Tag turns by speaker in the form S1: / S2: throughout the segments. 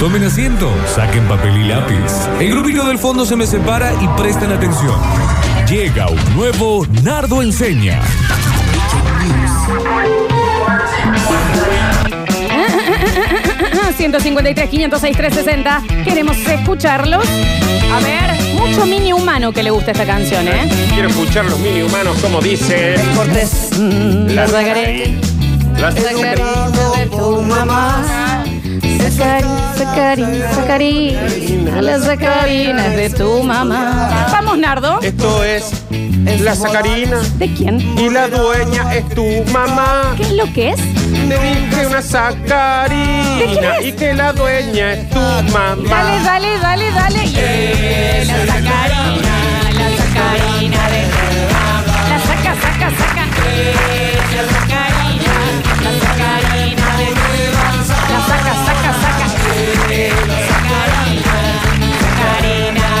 S1: Tomen asiento, saquen papel y lápiz. El grupito del fondo se me separa y presten atención. Llega un nuevo Nardo Enseña.
S2: Ah, 153, 506, 360. Queremos escucharlos. A ver, mucho mini humano que le gusta esta canción, ¿eh?
S3: Quiero escuchar los mini humanos como dice.
S4: Cortés.
S3: La
S4: sacaré.
S3: La
S2: Sacarín,
S4: tu mamá.
S2: Sacarín, sacarín, a las sacarinas de tu mamá. Vamos, Nardo.
S3: Esto es la sacarina
S2: ¿De quién?
S3: y la dueña es tu mamá.
S2: ¿Qué es lo que es?
S3: Te dije una
S2: ¿De quién
S3: sacarina
S2: es?
S3: y que la dueña es tu
S2: Dale,
S3: mamá.
S2: dale, dale, dale. La sacarina, la sacarina de tu mamá. La saca, saca, saca. La sacarina, la sacarina de tu mamá. La saca, saca, saca. La sacarina,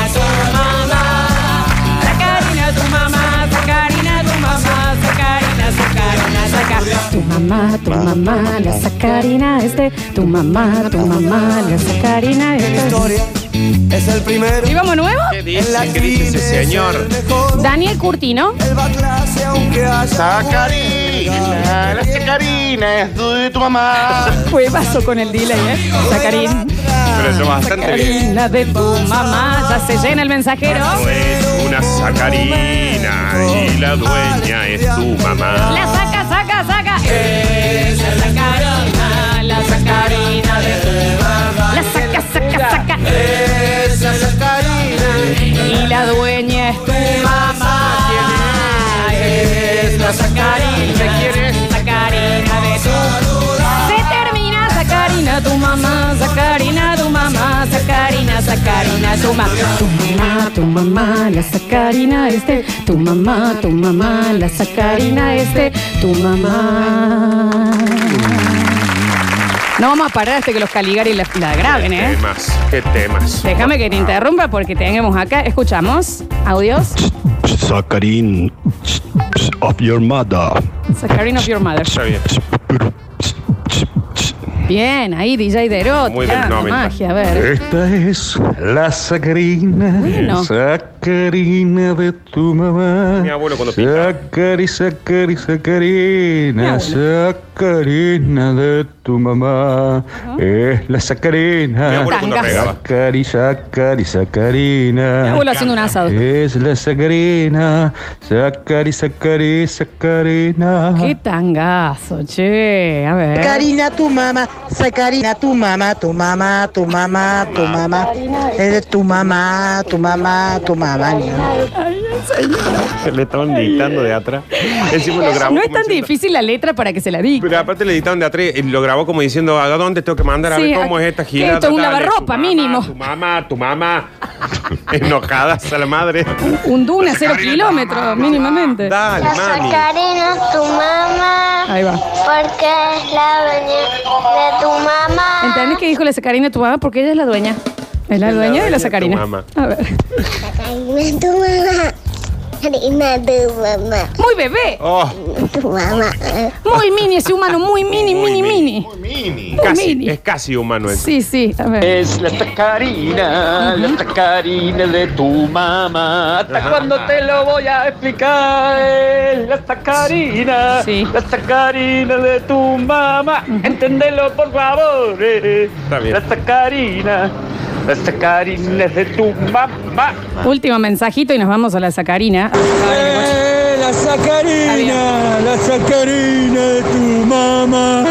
S2: sacarina tu mamá. Sacarina tu mamá, sacarina tu mamá, sacarina, sacarina, saca. Tu mamá, tu mamá, la sacarina es de tu mamá, tu mamá, la sacarina es de
S4: Historia es el primero.
S2: ¿Y vamos nuevo?
S3: ¿Qué dice? ¿Qué dice ese señor?
S2: Daniel Curtino.
S4: El va clase aunque haya.
S3: Sacarina, la sacarina es tu, de tu mamá.
S2: Juevazo con el delay, ¿eh? Sacarín.
S3: Pero yo bastante bien.
S2: Sacarina de tu mamá. Ya se llena el mensajero.
S3: Esto es una sacarina y la dueña es tu mamá.
S2: La saca, saca, saca. Es la sacarina, la sacarina de tu mamá. La saca, saca, saca.
S3: Es la sacarina,
S2: Y la dueña es tu mamá. Es la sacarina.
S3: ¿Quién es?
S2: Sacarina de tu Se termina Sacarina tu mamá, Sacarina tu mamá, Sacarina, Sacarina tu mamá. Tu mamá, tu mamá, la Sacarina este, tu mamá, tu mamá, la Sacarina este, tu mamá. No vamos a parar hasta que los Caligari la, la graben,
S3: ¿Qué
S2: ¿eh?
S3: temas? ¿Qué temas?
S2: Déjame que te interrumpa porque tenemos acá, escuchamos audios.
S5: Sakarin of your mother.
S2: Sacarina of your mother.
S3: Está bien.
S2: Bien, ahí DJ Derot.
S3: Muy del
S2: creando
S3: 90.
S2: magia, a ver.
S5: Esta es la sacarina,
S2: Bueno.
S5: sacarina de tu mamá.
S3: Mi abuelo cuando pintaba.
S5: Sacari, sacari,
S2: Mi
S5: sacarina,
S2: abuelo.
S5: sacarina de tu mamá. Es la
S3: Mi
S5: sacarina.
S3: abuelo cuando
S2: Tangas.
S3: regaba.
S5: Sacari, sacari, sacarina.
S2: Mi abuelo haciendo un asado.
S5: Es la sacarina, sacari, sacari, sacarina.
S2: Qué tangazo, che. A ver.
S6: Karina, tu mamá, Sacarina, tu mamá, tu mamá, tu mamá, tu mamá. Eres tu mamá, tu mamá, tu mamá.
S3: Le estaban dictando de atrás. Encima lo grabó
S2: no es
S3: como
S2: tan
S3: diciendo-
S2: difícil la letra para que se la diga.
S3: Pero aparte le dictaron de atrás y lo grabó como diciendo, ¿a dónde tengo que mandar? A
S2: Sí,
S3: ver cómo
S2: a-
S3: es esta gira.
S2: esto es un lavarropa, mínimo.
S3: Tu mamá, tu mamá. Enojada a la madre.
S2: Un duna, cero kilómetros, mínimamente.
S3: Dale,
S7: La
S3: mami.
S7: Sacarina es tu mamá,
S2: Ahí va.
S7: porque es la dueña de tu mamá.
S2: ¿Entendés qué dijo la sacarina a tu mamá? Porque ella es la dueña. Es la dueña de
S3: dueña de
S2: la
S3: tu
S2: sacarina.
S3: mamá.
S2: A ver.
S7: Sacarina es tu mamá. Sacarina es tu mamá.
S2: Muy bebé.
S3: Oh,
S7: Tu mamá.
S2: Muy mini ese humano. Muy mini, mini, mini.
S3: casi,
S2: mini.
S3: es casi humano. eso.
S2: Sí, sí. A ver.
S8: Es la tacarina, la tacarina de tu mamá.
S3: Ajá.
S8: ¿Hasta cuándo te lo voy a explicar? Es la tacarina,
S2: Sí.
S8: la tacarina de tu mamá. Entendelo, por favor. eh.
S3: Está bien.
S8: La tacarina, la tacarina de tu mamá.
S2: Último mensajito y nos vamos a la sacarina.
S8: Eh,
S4: La sacarina, la sacarina de tu mamá.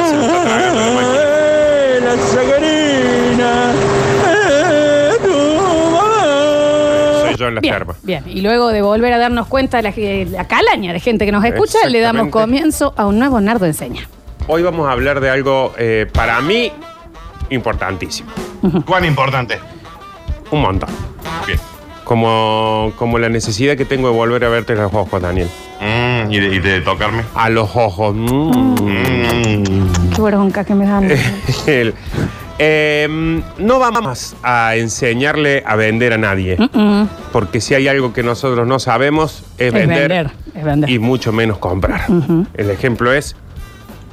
S4: Eh, La sacarina
S3: eh,
S4: de tu mamá.
S3: Soy yo en la
S2: Bien,
S3: terma.
S2: bien, y luego de volver a darnos cuenta de la, eh, la calaña de gente que nos escucha, le damos
S3: Exactamente.
S2: comienzo a un nuevo Nardo Enseña.
S3: Hoy vamos a hablar de algo eh, para mí importantísimo.
S9: ¿Cuán importante?
S3: Un montón.
S9: Bien.
S3: Como, como la necesidad que tengo de volver a verte los ojos, Daniel.
S9: Mm, y, de, y de tocarme.
S3: A los ojos. Mm.
S9: Mm.
S2: Qué bronca que me dan.
S3: Eh, El- Em, no vamos a enseñarle a vender a nadie.
S2: Mm,
S3: Porque si hay algo que nosotros no sabemos es,
S2: Es
S3: vender,
S2: vender, es vender.
S3: y mucho menos comprar. El ejemplo es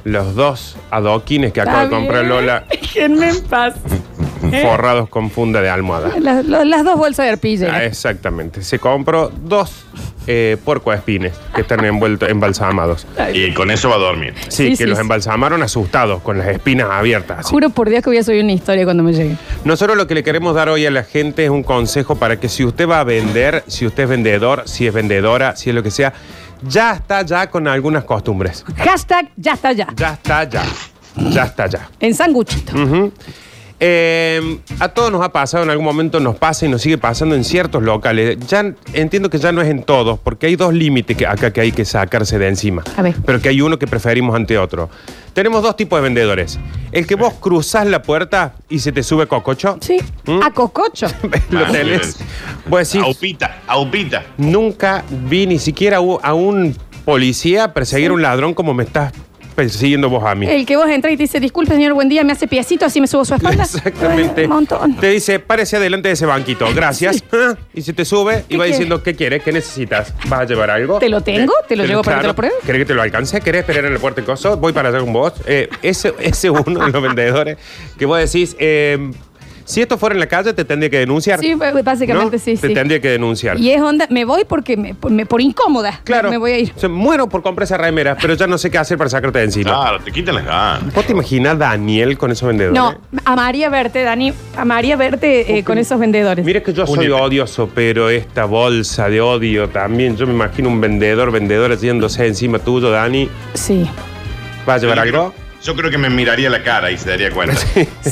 S3: los dos adoquines que
S2: está
S3: acabo de comprar
S2: bien.
S3: Lola.
S2: Déjenme en paz.
S3: forrados con funda de almohada.
S2: Las, lo- las dos bolsas de arpilla.
S3: Ah, exactamente. Se compró dos eh, puercoespines que están envueltos, embalsamados.
S9: Y con eso va a dormir.
S3: Sí,
S2: Sí,
S3: que
S2: sí,
S3: los
S2: sí.
S3: embalsamaron asustados, con las espinas abiertas. así.
S2: Juro por Dios que voy a subir una historia cuando me llegue.
S3: Nosotros lo que le queremos dar hoy a la gente es un consejo para que si usted va a vender, si usted es vendedor, si es vendedora, si es lo que sea, ya está ya con algunas costumbres.
S2: Hashtag ya está ya.
S3: Ya está ya. Ya está ya.
S2: En sanguchito.
S3: Ujú. Eh, a todos nos ha pasado, en algún momento nos pasa y nos sigue pasando en ciertos locales. Ya n- entiendo que ya no es en todos, porque hay dos límites que acá que hay que sacarse de encima.
S2: A ver.
S3: Pero que hay uno que preferimos ante otro. Tenemos dos tipos de vendedores. El que vos cruzás la puerta y se te sube cococho.
S2: Sí.
S3: ¿Mm?
S2: A cococho.
S3: Lo
S9: Ah,
S3: tenés.
S9: sí.
S3: Vos decís,
S9: Aupita, aupita.
S3: nunca vi ni siquiera u- a un policía perseguir a un ladrón como me estás persiguiendo vos a mí.
S2: El que vos entras y te dice, disculpe, señor, buen día, me hace piecito, así me subo su espalda.
S3: Exactamente.
S2: Ay, Un montón.
S3: Te dice, párese adelante de ese banquito, gracias. Ah, Y se te sube y
S2: ¿Qué
S3: va
S2: quiere?
S3: diciendo, ¿qué quieres? ¿Qué necesitas? ¿Vas a llevar algo? Eh,
S2: ¿Te lo tengo? ¿Te lo llevo para que te lo pruebe?
S3: ¿Querés que te lo alcance? ¿Querés esperar en el puerto de coso? Voy para allá con vos. Eh, ese es uno de los vendedores que vos decís, eh, si esto fuera en la calle, te tendría que denunciar.
S2: Sí, b- básicamente
S3: ¿no?
S2: sí,
S3: Te
S2: sí.
S3: tendría que denunciar.
S2: Y es onda, me voy porque me, por, me- por incómoda.
S3: Claro.
S2: Me voy a ir.
S3: O sea, muero por comprar esa remera, pero ya no sé qué hacer para sacarte de encima.
S9: Claro, te quitan las ganas.
S3: ¿Vos te imaginas Daniel con esos vendedores?
S2: No, amaría verte, Dani, amaría verte eh, con esos vendedores.
S3: uh. Mira que yo soy
S9: Únete.
S3: odioso, pero esta bolsa de odio también. Yo me imagino un vendedor, vendedora yéndose encima tuyo, Dani.
S2: Sí.
S3: ¿Va a llevar
S9: Yo creo-
S3: algo?
S9: Yo creo que me miraría la cara y se daría cuenta.
S2: Sí,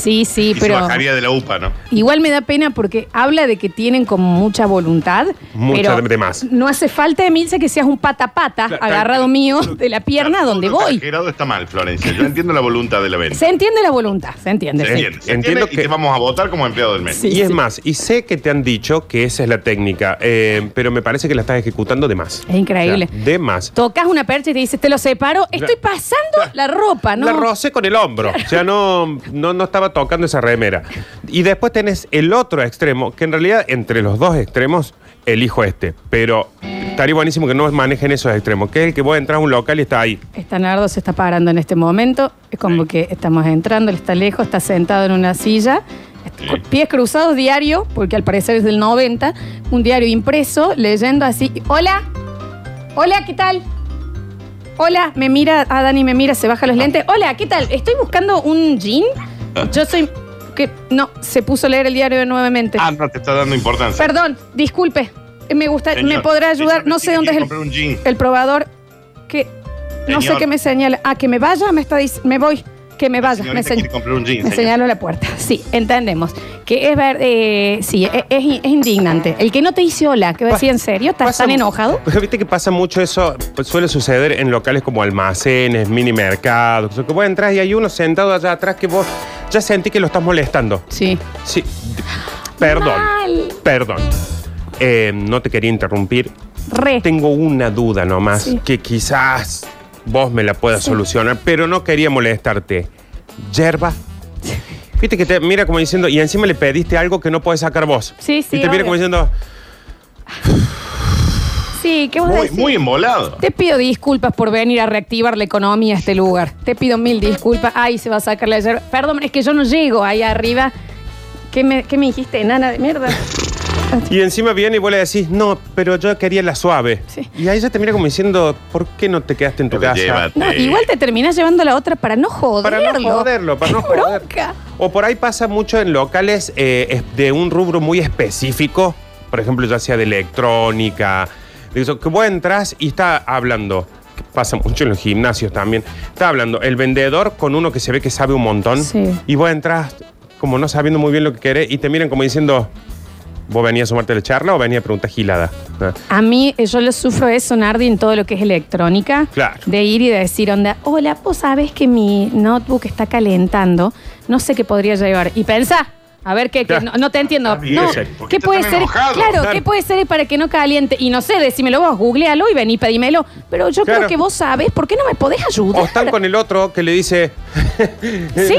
S2: sí,
S9: y se
S2: pero.
S9: bajaría de la UPA, ¿no?
S2: Igual me da pena porque habla de que tienen como mucha voluntad.
S3: Mucha
S2: pero
S3: de más.
S2: No hace falta, Emilce, que seas un pata-pata
S9: Claro,
S2: agarrado
S9: claro,
S2: mío
S9: claro,
S2: de la pierna
S9: Claro,
S2: donde
S9: todo
S2: voy.
S9: exagerado está mal, Florencia. Yo entiendo la voluntad de la venta.
S2: Se entiende la voluntad, se entiende.
S9: Se
S2: sí.
S9: entiende. se entiende
S3: Entiendo
S9: y
S3: que-
S9: te vamos a votar como empleado del mes.
S2: Sí,
S3: y es
S2: sí.
S3: más, y sé que te han dicho que esa es la técnica, eh, pero me parece que la estás ejecutando de más.
S2: Es increíble.
S3: O sea, de más.
S2: Tocas una percha y te dices, te lo separo, estoy pasando la ropa, ¿no?
S3: La rocé con el hombro. O sea, no, no, no estaba tocando esa remera. Y después tenés el otro extremo, que en realidad entre los dos extremos elijo este. Pero estaría buenísimo que no manejen esos extremos, que es el que vos entras a un local y está ahí.
S2: Esta Nardo se está parando en este momento. Es como que estamos entrando, él está lejos, está sentado en una silla. con Pies cruzados diario, porque al parecer es del 90, un diario impreso, leyendo así, hola, hola, ¿qué tal? Hola, me mira, ah, Dani me mira, se baja los lentes. Hola, ¿qué tal? Estoy buscando un jean.
S9: Ah.
S2: Yo soy... que No, se puso a leer el diario nuevamente.
S9: Ah, no, te está dando importancia.
S2: Perdón, disculpe. Me gusta,
S9: Señor,
S2: me podrá ayudar.
S9: señor,
S2: No
S9: me
S2: sé
S9: tiene
S2: dónde
S9: que
S2: es
S9: comprar un
S2: el,
S9: jean.
S2: el probador. Que no sé
S9: Señor.
S2: qué me señala. Ah, que me vaya, me está diciendo. Me voy, que me vaya. Me,
S9: señorita
S2: señ-
S9: quiere comprar un jean,
S2: me
S9: señor.
S2: señaló la puerta. Sí, entendemos. Que es ver, eh, sí, es, es- es indignante. El que no te dice hola, que va a decir en serio, estás
S3: Pasa
S2: tan
S3: mu-
S2: enojado.
S3: Viste que pasa mucho eso, pues, suele suceder en locales como almacenes, mini mercados, que vos entras y hay uno sentado allá atrás que vos ya sentí que lo estás molestando.
S2: Sí.
S3: Sí, d- perdón,
S2: Mal.
S3: perdón. Eh, no te quería interrumpir.
S2: Re.
S3: Tengo una duda nomás,
S2: Sí.
S3: que quizás vos me la puedas solucionar, pero no quería molestarte. Yerba. Viste que te mira como diciendo, y encima le pediste algo que no podés sacar vos.
S2: Sí, sí,
S3: Y te mira
S2: obvio.
S3: como diciendo,
S2: Sí, ¿qué vos
S9: Muy,
S2: decís?
S9: muy embolado.
S2: Te pido disculpas por venir a reactivar la economía a este lugar. Te pido mil disculpas. Ay, se va a sacar la yerba. Perdón, es que yo no llego ahí arriba. ¿Qué me, qué me dijiste, nana de mierda?
S3: y encima viene y vos le decís, no, pero yo quería la suave.
S2: Sí.
S3: Y ahí ella te mira como diciendo, ¿por qué no te quedaste en tu
S9: Pero
S3: casa?
S9: llévate.
S2: No, igual te terminás llevando la otra para no joderlo.
S3: Eh, Para no joderlo, para no
S2: Qué
S3: joder.
S2: bronca.
S3: O por ahí pasa mucho en locales eh, es- de un rubro muy específico, por ejemplo, ya sea de electrónica, de eso, que vos entras y está hablando, que pasa mucho en los gimnasios también, está hablando el vendedor con uno que se ve que sabe un montón,
S2: Sí.
S3: y vos entras como no sabiendo muy bien lo que querés y te miran como diciendo, ¿vos venías a sumarte a la charla o venías a preguntar gilada? Ah.
S2: A mí, eh, yo lo sufro eso, Nardi, en todo lo que es electrónica.
S3: Claro.
S2: De ir y de decir, onda, hola, vos sabés que mi notebook está calentando, no sé qué podría llevar. Y pensá, a ver, ¿qué, qué-
S3: Claro.
S2: no, no te entiendo.
S9: Ah, bien,
S2: No,
S9: ¿por
S2: ¿Qué
S9: qué
S2: puede
S9: estás tan
S2: ser?
S9: enojado?
S2: Claro,
S3: Claro.
S2: ¿qué puede ser para que no caliente? Y no sé, decímelo vos, googlealo y vení, pedímelo. Pero yo creo
S3: Claro.
S2: que vos sabés, ¿por qué no me podés ayudar?
S3: O están con el otro que le dice...
S2: Sí.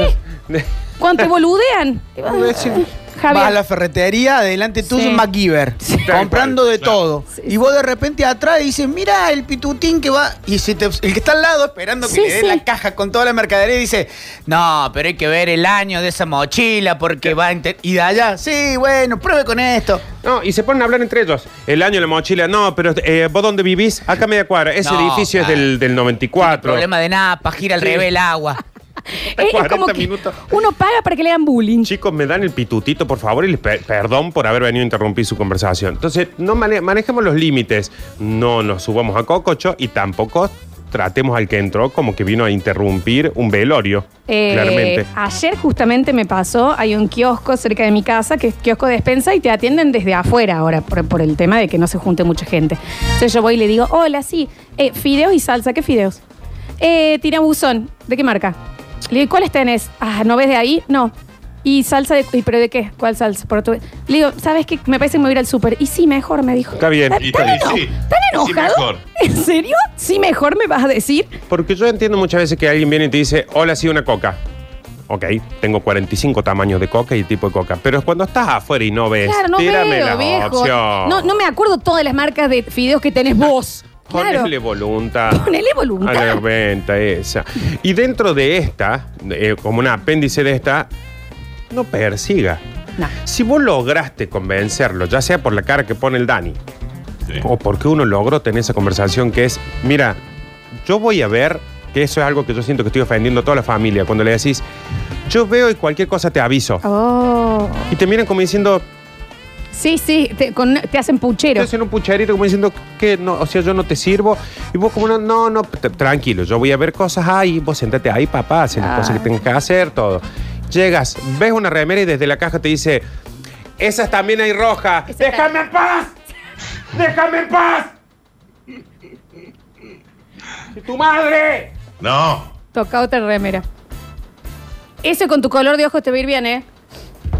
S2: Cuando te boludean.
S3: Voy a decir,
S2: Javier.
S10: Vas a la ferretería, adelante tuyo
S2: Sí.
S10: un MacGyver,
S2: Sí.
S10: Tal comprando
S9: cual,
S10: de
S9: claro.
S10: todo.
S2: Sí,
S10: y vos de repente atrás dices, mira el pitutín que va. Y se te- el que está al lado esperando que
S2: Sí,
S10: le dé
S2: sí.
S10: la caja con toda la mercadería dice, no, pero hay que ver el año de esa mochila porque va a... inte- Y de allá, sí, bueno, pruebe con esto.
S3: No, y se ponen a hablar entre ellos. El año, la mochila, no, pero eh, vos dónde vivís, acá media cuadra. Ese
S10: No,
S3: edificio es
S10: claro.
S3: del, del 94.
S10: Problema de napa, gira al
S3: Sí.
S10: revés el agua.
S2: Eh, es
S9: 40
S2: como que
S9: minutos.
S2: uno paga para que le hagan bullying.
S3: Chicos, me dan el pitutito, por favor, y les pe- perdón por haber venido a interrumpir su conversación. Entonces, no mane- manejemos los límites. No nos subamos a cococho y tampoco tratemos al que entró como que vino a interrumpir un velorio.
S2: Eh,
S3: claramente.
S2: Ayer justamente me pasó, hay un kiosco cerca de mi casa, que es kiosco de despensa, y te atienden desde afuera ahora, por, por el tema de que no se junte mucha gente. Entonces yo voy y le digo, hola, sí, eh, fideos y salsa, ¿qué fideos? Eh, tirabuzón, ¿de qué marca? Le digo, ¿cuáles tenés? Ah, ¿no ves de ahí? No. ¿Y salsa de...? y, ¿Pero de qué? ¿Cuál salsa? Portu- Le digo, ¿sabes qué? Me parece que me voy a ir al súper. Y sí, mejor, me dijo.
S3: Está bien.
S9: Y-
S2: ¿Tan,
S9: y
S2: eno-
S9: sí.
S2: tan
S9: Y sí,
S2: enojado?
S9: mejor.
S2: ¿En serio? ¿Sí mejor me vas a decir?
S3: Porque yo entiendo muchas veces que alguien viene y te dice, hola, sí, una coca. Ok, tengo 45 tamaños de coca y tipo de coca. Pero es cuando estás afuera y no ves.
S2: Claro, no
S3: Tírame
S2: veo,
S3: las
S2: viejo.
S3: opciones.
S2: No, no me acuerdo todas las marcas de fideos que tenés vos. Claro.
S3: Ponele voluntad.
S2: Ponele
S3: A
S2: voluntad.
S3: la venta esa. Y dentro de esta, eh, como un apéndice de esta, no persiga.
S2: No.
S3: Si vos lograste convencerlo, ya sea por la cara que pone el Dani,
S9: Sí.
S3: o porque uno logró tener esa conversación que es, mira, yo voy a ver, que eso es algo que yo siento que estoy ofendiendo a toda la familia, cuando le decís, yo veo y cualquier cosa te aviso.
S2: Oh.
S3: Y te miran como diciendo,
S2: Sí, sí, te, con- te hacen
S3: te
S2: puchero.
S3: hacen un pucherito como diciendo que no, o sea, yo no te sirvo. Y vos como no, no, no, t- tranquilo, yo voy a ver cosas ahí, vos sentate ahí, papá, hacen las
S2: Ah.
S3: cosas que tengas que hacer, todo. Llegas, ves una remera y desde la caja te dice, esas también hay roja.
S2: Esas
S3: ¡Déjame en paz! ¡Déjame en paz! ¡Y ¡Tu madre!
S9: No.
S2: Toca otra remera. Eso con tu color de ojos te va a ir bien, ¿eh?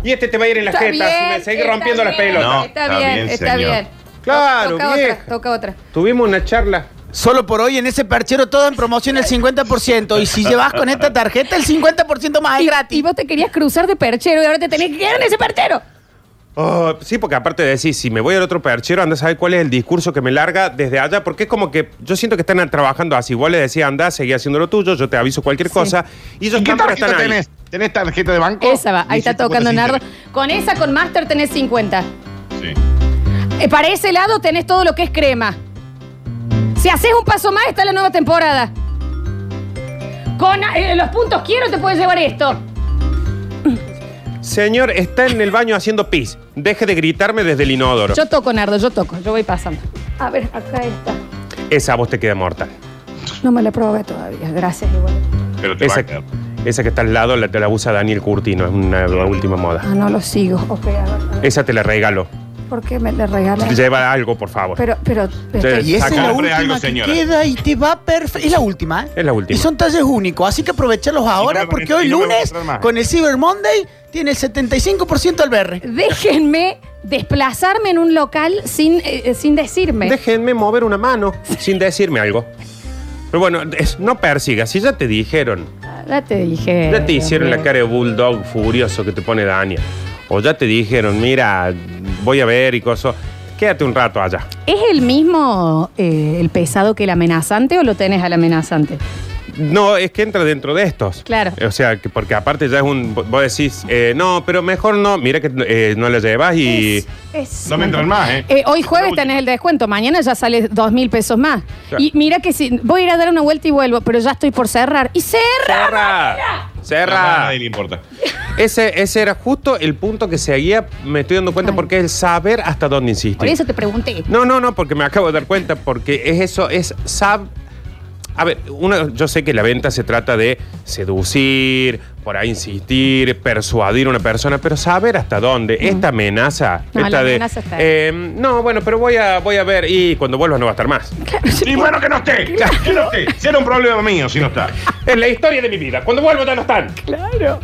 S3: Y este te va a ir en las
S2: Está
S3: tetas,
S2: bien,
S3: me seguís
S2: está
S3: rompiendo las
S2: bien,
S3: pelotas.
S9: No,
S2: está
S9: está
S2: bien,
S9: bien,
S2: está
S9: señor.
S2: bien.
S3: Claro,
S2: toca
S3: vieja.
S2: otra, toca otra.
S3: Tuvimos una charla.
S10: Solo por hoy en ese perchero todo en promoción el 50%. Y si llevas con esta tarjeta el 50% más es
S2: Y-
S10: gratis.
S2: Y vos te querías cruzar de perchero y ahora te tenés que quedar en ese perchero.
S3: Oh, sí, porque aparte de decir, si me voy al otro perchero, anda a saber cuál es el discurso que me larga desde allá, porque es como que yo siento que están trabajando así. Vos le decía, anda, seguí haciendo lo tuyo, yo te aviso cualquier cosa. Y ellos
S9: ¿Y qué
S3: siempre están
S9: tarjeta
S3: ahí.
S9: tenés? ¿Tenés tarjeta de
S3: Oh,
S9: banco?
S2: Esa va, ahí está tocando Nardo. Con esa, con Master tenés 50.
S9: Sí.
S2: Eh, para ese lado tenés todo lo que es crema. Si haces un paso más, está la nueva temporada. Con eh, los puntos quiero te puedes llevar esto.
S3: Señor, está en el baño haciendo pis. Deje de gritarme desde el inodoro.
S2: Yo toco, Nardo, yo toco, yo voy pasando. A ver, acá está.
S3: Esa voz te queda mortal.
S2: No me la probé todavía, gracias igual.
S9: Pero te va
S3: Esa,
S9: a quedar.
S3: esa que está al lado la, te la usa Daniel Curtino, es una última moda.
S2: Ah, no lo sigo. Ok, a ver, a ver.
S3: Esa te la regalo.
S2: ¿Por qué me le regalas?
S3: Lleva algo, por favor.
S2: Pero, pero,
S3: Sí.
S10: Y esa es
S9: Saca,
S10: la
S9: compre
S10: última
S9: algo,
S10: que
S9: señora.
S10: queda y te va perfecto. Es la última, ¿eh?
S3: Es la última.
S10: Y son talles únicos, así que aprovechalos ahora
S9: Y no me-
S10: porque
S9: y
S10: hoy
S9: no me voy a
S10: lunes,
S9: comprar más.
S10: con el Cyber Monday, tiene el 75% al berre.
S2: déjenme desplazarme en un local sin, eh, sin decirme.
S3: Déjenme mover una mano sin decirme algo. Pero bueno, es- no persigas. Si ya te dijeron,
S2: ya te dije.
S3: ya te hicieron la cara de bulldog furioso que te pone Dania. O ya te dijeron, mira, voy a ver y cosas. Quédate un rato allá.
S2: ¿Es el mismo eh, el pesado que el amenazante o lo tenés al amenazante?
S3: No, es que entra dentro de estos.
S2: Claro.
S3: O sea, que porque aparte ya es un. Vos decís, eh, no, pero mejor no. Mira que eh, no la llevas y.
S2: Es- es-
S9: No me entran más, ¿eh?
S2: Eh, hoy jueves
S9: Una
S2: tenés el descuento, mañana ya sales dos mil pesos más.
S3: Claro.
S2: Y mira que si voy a ir a dar una vuelta y vuelvo, pero ya estoy por cerrar. ¡Y cerra!
S3: ¡Cerra!
S9: A
S3: ¡Cerra!
S9: nadie le importa.
S3: Ese, ese era justo el punto que seguía. Me estoy dando cuenta
S2: Ay.
S3: porque es el saber hasta dónde insistir.
S2: Por eso te pregunté.
S3: No, no, no, porque me acabo de dar cuenta, porque es eso, es sab. A ver, uno, yo sé que la venta se trata de seducir, por ahí insistir, persuadir a una persona, pero saber hasta dónde. Esta amenaza,
S2: No,
S3: esta
S2: la
S3: de.
S2: amenaza está.
S3: eh, no, bueno, pero voy a, voy a ver y cuando vuelvas no va a estar más.
S9: Y bueno que no esté. Que no esté. Si era un problema mío, si no está.
S3: Es la historia de mi vida. Cuando vuelvo ya no están.
S2: Claro.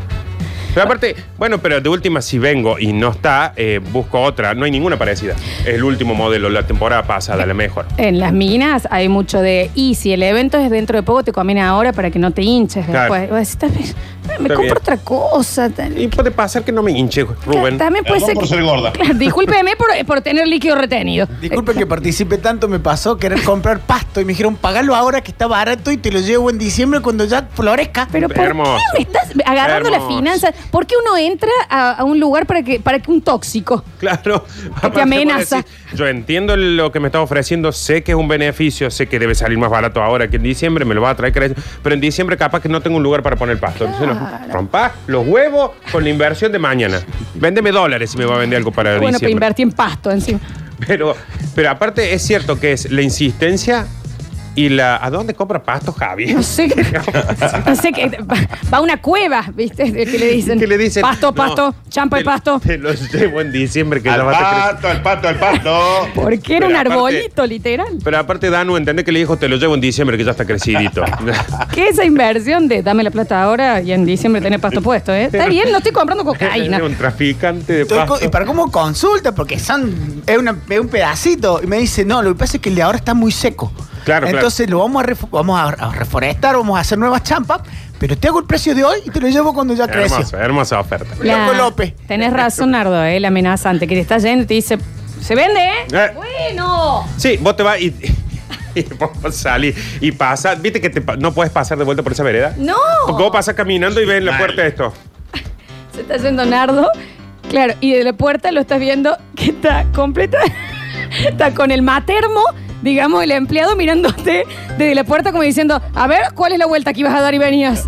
S3: Pero aparte, bueno, pero de última, si vengo y no está, eh, busco otra. No hay ninguna parecida. El último modelo, la temporada pasada, la mejor.
S2: En las minas hay mucho de, y si el evento es dentro de poco, te conviene ahora para que no te hinches
S3: Claro.
S2: después. Vos decís, "Está bien, me
S3: Está
S2: compro
S3: bien.
S2: otra cosa. tal".
S3: Y puede pasar que no me hinche, Rubén.
S2: También puede
S9: Perdón
S2: ser.
S9: por
S2: que-
S9: ser gorda.
S2: Claro, Discúlpeme por, por tener líquido retenido.
S10: Disculpen que participe tanto, me pasó querer comprar pasto y me dijeron, pagalo ahora que está barato y te lo llevo en diciembre cuando ya florezca.
S2: Eh, Pero ¿por
S3: Hermoso.
S2: qué me estás agarrando la
S3: Hermoso.
S2: finanza? ¿Por qué uno entra a, a un lugar para que, para que un tóxico?
S3: Claro. Aparte,
S2: amenaza.
S3: vos decís, yo entiendo lo que me está ofreciendo, sé que es un beneficio, sé que debe salir más barato ahora que en diciembre, me lo va a traer, cre- pero en diciembre capaz que no tengo un lugar para poner pasto. Entonces, no, rompás los huevos con la inversión de mañana. Véndeme dólares si me va a vender algo para
S2: bueno, pero
S3: diciembre.
S2: invertí en pasto encima.
S3: Pero, pero aparte es cierto que es la insistencia y la... ¿A dónde compra pasto, Javi?
S2: No sé, no sé qué. Va a una cueva, ¿viste? ¿Qué le dicen?
S3: ¿Qué le dicen?
S2: Pasto,
S3: No,
S2: pasto, champa y
S3: te-
S2: pasto.
S3: Te lo llevo en diciembre que ya
S9: Al
S3: va a crecer.
S9: pato, al pato, al pato.
S2: Porque
S3: Pero
S2: era un
S3: aparte-
S2: arbolito, literal.
S3: Pero aparte, Danu, entendés que le dijo, te lo llevo en diciembre que ya está crecidito.
S2: ¿Qué esa inversión de dame la plata ahora y en diciembre tener pasto puesto? ¿eh? Está bien, no estoy comprando cocaína.
S3: un traficante de
S10: Estoy co-
S3: pasto.
S10: y para cómo consulta, porque son, es, una- es un pedacito. Y me dice, no, lo que pasa es que el de ahora está muy seco.
S3: Claro,
S10: Entonces lo vamos a, refo- vamos a, a reforestar, vamos a hacer nuevas champas, pero te hago el precio de hoy y te lo llevo cuando ya creció.
S3: Hermosa, hermosa oferta.
S2: La-
S10: Loco López.
S2: Tenés razón, Nardo, ¿eh? la amenazante que te está yendo y te dice, se vende, ¿eh?
S3: Eh.
S2: Bueno.
S3: Sí, vos te vas y, y vos salís y pasas. ¿Viste que te pa- no puedes pasar de vuelta por esa vereda?
S2: No.
S3: Porque vos pasas caminando y ves en la puerta esto.
S2: Se está yendo Nardo. Claro, y de la puerta lo estás viendo que está completa. está con el matermo, digamos, el empleado mirándote desde la puerta como diciendo, a ver, ¿cuál es la vuelta que ibas a dar y venías?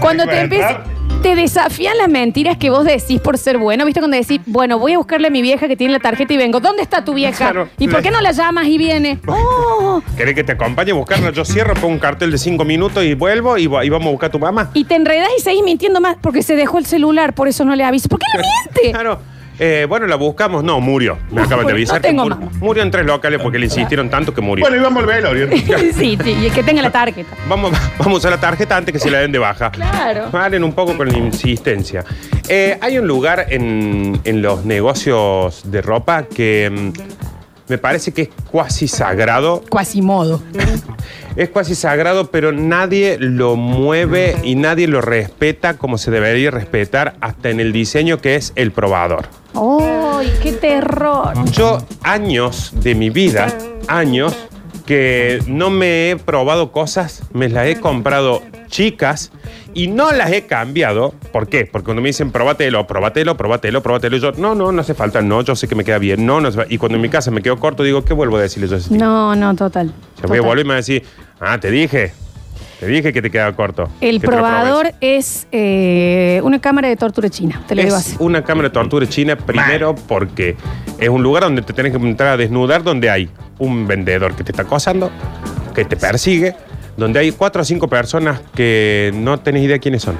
S2: Cuando te empiezas... Te desafían las mentiras que vos decís por ser bueno. ¿Viste cuando decís, bueno, voy a buscarle a mi vieja que tiene la tarjeta y vengo? ¿Dónde está tu vieja?
S3: Claro.
S2: ¿Y por qué no la llamas y viene? ¡Oh!
S3: ¿Querés que te acompañe a buscarla? Yo cierro, pongo un cartel de cinco minutos y vuelvo y, va- y vamos a buscar a tu mamá.
S2: Y te enredás y seguís mintiendo más porque se dejó el celular, por eso no le aviso. ¿Por qué le miente?
S3: Claro. Eh, bueno, la buscamos. No, murió. Me acaban de
S2: No
S3: avisar.
S2: tengo
S3: que mur-
S2: mamá.
S3: Murió en tres locales porque le insistieron tanto que murió.
S9: Bueno, y vamos al velorio.
S2: sí, sí, y que tenga la tarjeta.
S3: Vamos, vamos a usar la tarjeta antes que se la den de baja.
S2: Claro.
S3: Paren un poco con la insistencia. Eh, hay un lugar en, en los negocios de ropa que mm, me parece que es cuasi sagrado.
S2: Quasimodo.
S3: Es cuasi sagrado, pero nadie lo mueve y nadie lo respeta como se debería respetar hasta en el diseño que es el probador.
S2: ¡Ay, qué terror!
S3: Yo años de mi vida, años que no me he probado cosas, me las he comprado chicas y no las he cambiado. ¿Por qué? Porque cuando me dicen probátelo, probátelo, probátelo, probátelo, y yo, no, no, no hace falta, no, yo sé que me queda bien, no, no hace falta". Y cuando en mi casa me quedo corto, digo, ¿qué vuelvo a decirle yo a ese tipo?
S2: No, no, total.
S3: Se voy a
S2: Total.
S3: volver y me va a decir, ah, te dije, te dije que te quedaba corto. que
S2: El
S3: te lo probes".
S2: probador es eh, una cámara de tortura china, te lo digo
S3: Es
S2: así.
S3: una cámara de tortura china, primero porque es un lugar donde te tenés que entrar a desnudar, donde hay un vendedor que te está acosando, que te persigue, donde hay cuatro o cinco personas que no tenés idea quiénes son.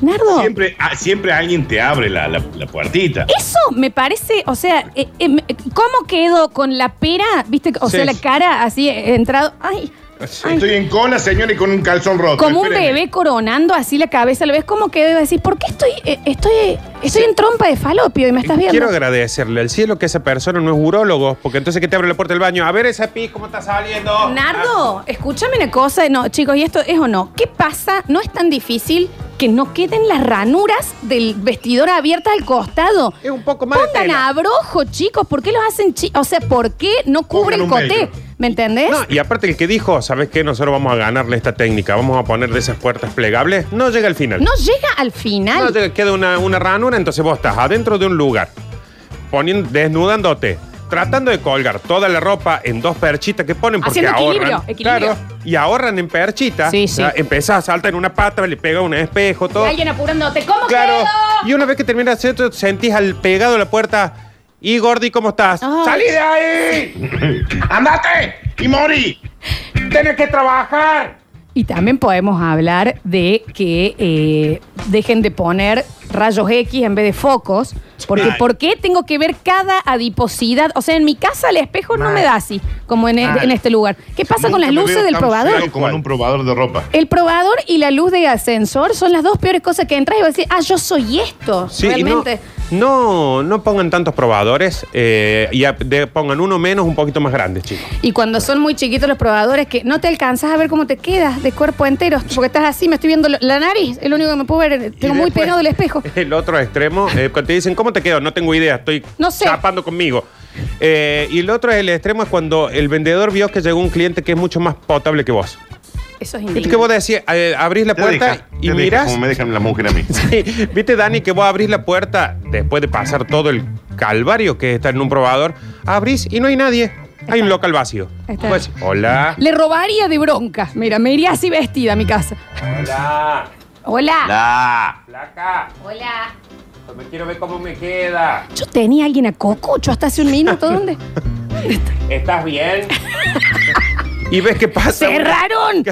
S2: Nardo,
S9: Siempre, ah, siempre alguien te abre la, la, la puertita.
S2: eso me parece, o sea, eh, eh, me- ¿cómo quedo con la pera? ¿Viste? O
S3: Sí.
S2: sea, la cara así eh, entrado. ¡Ay! ay.
S9: Estoy en cola, señores, con un calzón roto.
S2: Como un
S9: Espérenme.
S2: bebé coronando así la cabeza, lo ves como que debe decir, ¿por qué estoy, eh, estoy, estoy en trompa de falopio y me estás viendo?
S3: Quiero agradecerle al cielo que esa persona no es urólogo, porque entonces que te abre la puerta del baño, a ver ese pis, ¿cómo está saliendo?
S2: Nardo, escúchame una cosa. No, chicos, y esto es o no. ¿Qué pasa? No es tan difícil que no queden las ranuras del vestidor abiertas al costado.
S3: Ah, Es un poco más de
S2: Pongan
S3: tela.
S2: abrojo, chicos. ¿Por qué los hacen chi- O sea, ¿por qué no cubren
S9: Pongan un
S2: coté?
S9: velcro.
S2: ¿Me entendés?
S3: No, y aparte el que dijo, ¿sabes qué? Nosotros vamos a ganarle esta técnica, vamos a poner de esas puertas plegables, no llega al final.
S2: No llega al final.
S3: No, te queda una, una ranura, entonces vos estás adentro de un lugar, poniendo, desnudándote, tratando de colgar toda la ropa en dos perchitas que ponen porque
S2: Haciendo
S3: ahorran.
S2: equilibrio, equilibrio.
S3: Claro, y ahorran en perchitas.
S2: Sí, sí.
S3: O sea, empezás, salta en una pata, le pega un espejo,
S2: Y
S3: todo.
S2: Alguien apurándote. ¿Cómo
S3: Claro.
S2: quedo?
S3: Y una vez que terminas esto, sentís al pegado a la puerta. Y Gordi, ¿cómo estás?
S2: Ay.
S3: ¡Salí de ahí!
S9: ¡Andate! ¡Y morí!
S3: ¡Tienes que trabajar!
S2: Y también podemos hablar de que eh, dejen de poner rayos X en vez de focos. Porque
S9: Mal.
S2: ¿por qué tengo que ver cada adiposidad? O sea, en mi casa el espejo no me da así. como en, e-
S9: Ah.
S2: en este lugar. ¿Qué pasa con
S9: Nunca
S2: las
S9: me
S2: luces
S9: veo
S2: del
S9: tan
S2: probador?
S9: feo Como en un probador de ropa.
S2: El probador y la luz de ascensor son las dos peores cosas que entras y vas a decir, ah, yo soy esto.
S3: Sí, y no,
S2: Realmente.
S3: no, no pongan tantos probadores eh, y a- de- pongan uno menos, un poquito más grande, chicos.
S2: Y cuando son muy chiquitos los probadores, que no te alcanzas a ver cómo te quedas de cuerpo entero, porque estás así, me estoy viendo lo- la nariz, es lo único que me puedo ver, tengo
S3: Y
S2: muy
S3: después,
S2: pegado el espejo.
S3: El otro extremo, eh, cuando te dicen, ¿cómo te quedo? No tengo idea, estoy
S2: No sé.
S3: tapando conmigo. Eh, y el otro es el extremo, es cuando el vendedor vio que llegó un cliente que es mucho más potable que vos.
S2: Eso es
S3: Viste que
S2: indignante.
S3: vos decís, eh, abrís la
S9: Te
S3: puerta
S9: deja,
S3: y
S9: te deja,
S3: mirás.
S9: Como me dejan las mujeres a mí.
S3: Sí, Viste, Dani, que vos abrís la puerta después de pasar todo el calvario que está en un probador, abrís y no hay nadie. Hay un local vacío.
S2: Está.
S3: Pues, hola.
S2: Le robaría de bronca. Mira, me iría así vestida a mi casa.
S3: Hola.
S2: Hola.
S9: La.
S3: Placa.
S2: Hola.
S3: Me quiero ver cómo me queda.
S2: Yo tenía a alguien a cococho hasta hace un minuto. ¿Dónde?
S3: ¿Estás bien? y ves que pasa. una-
S2: ¡Cerraron!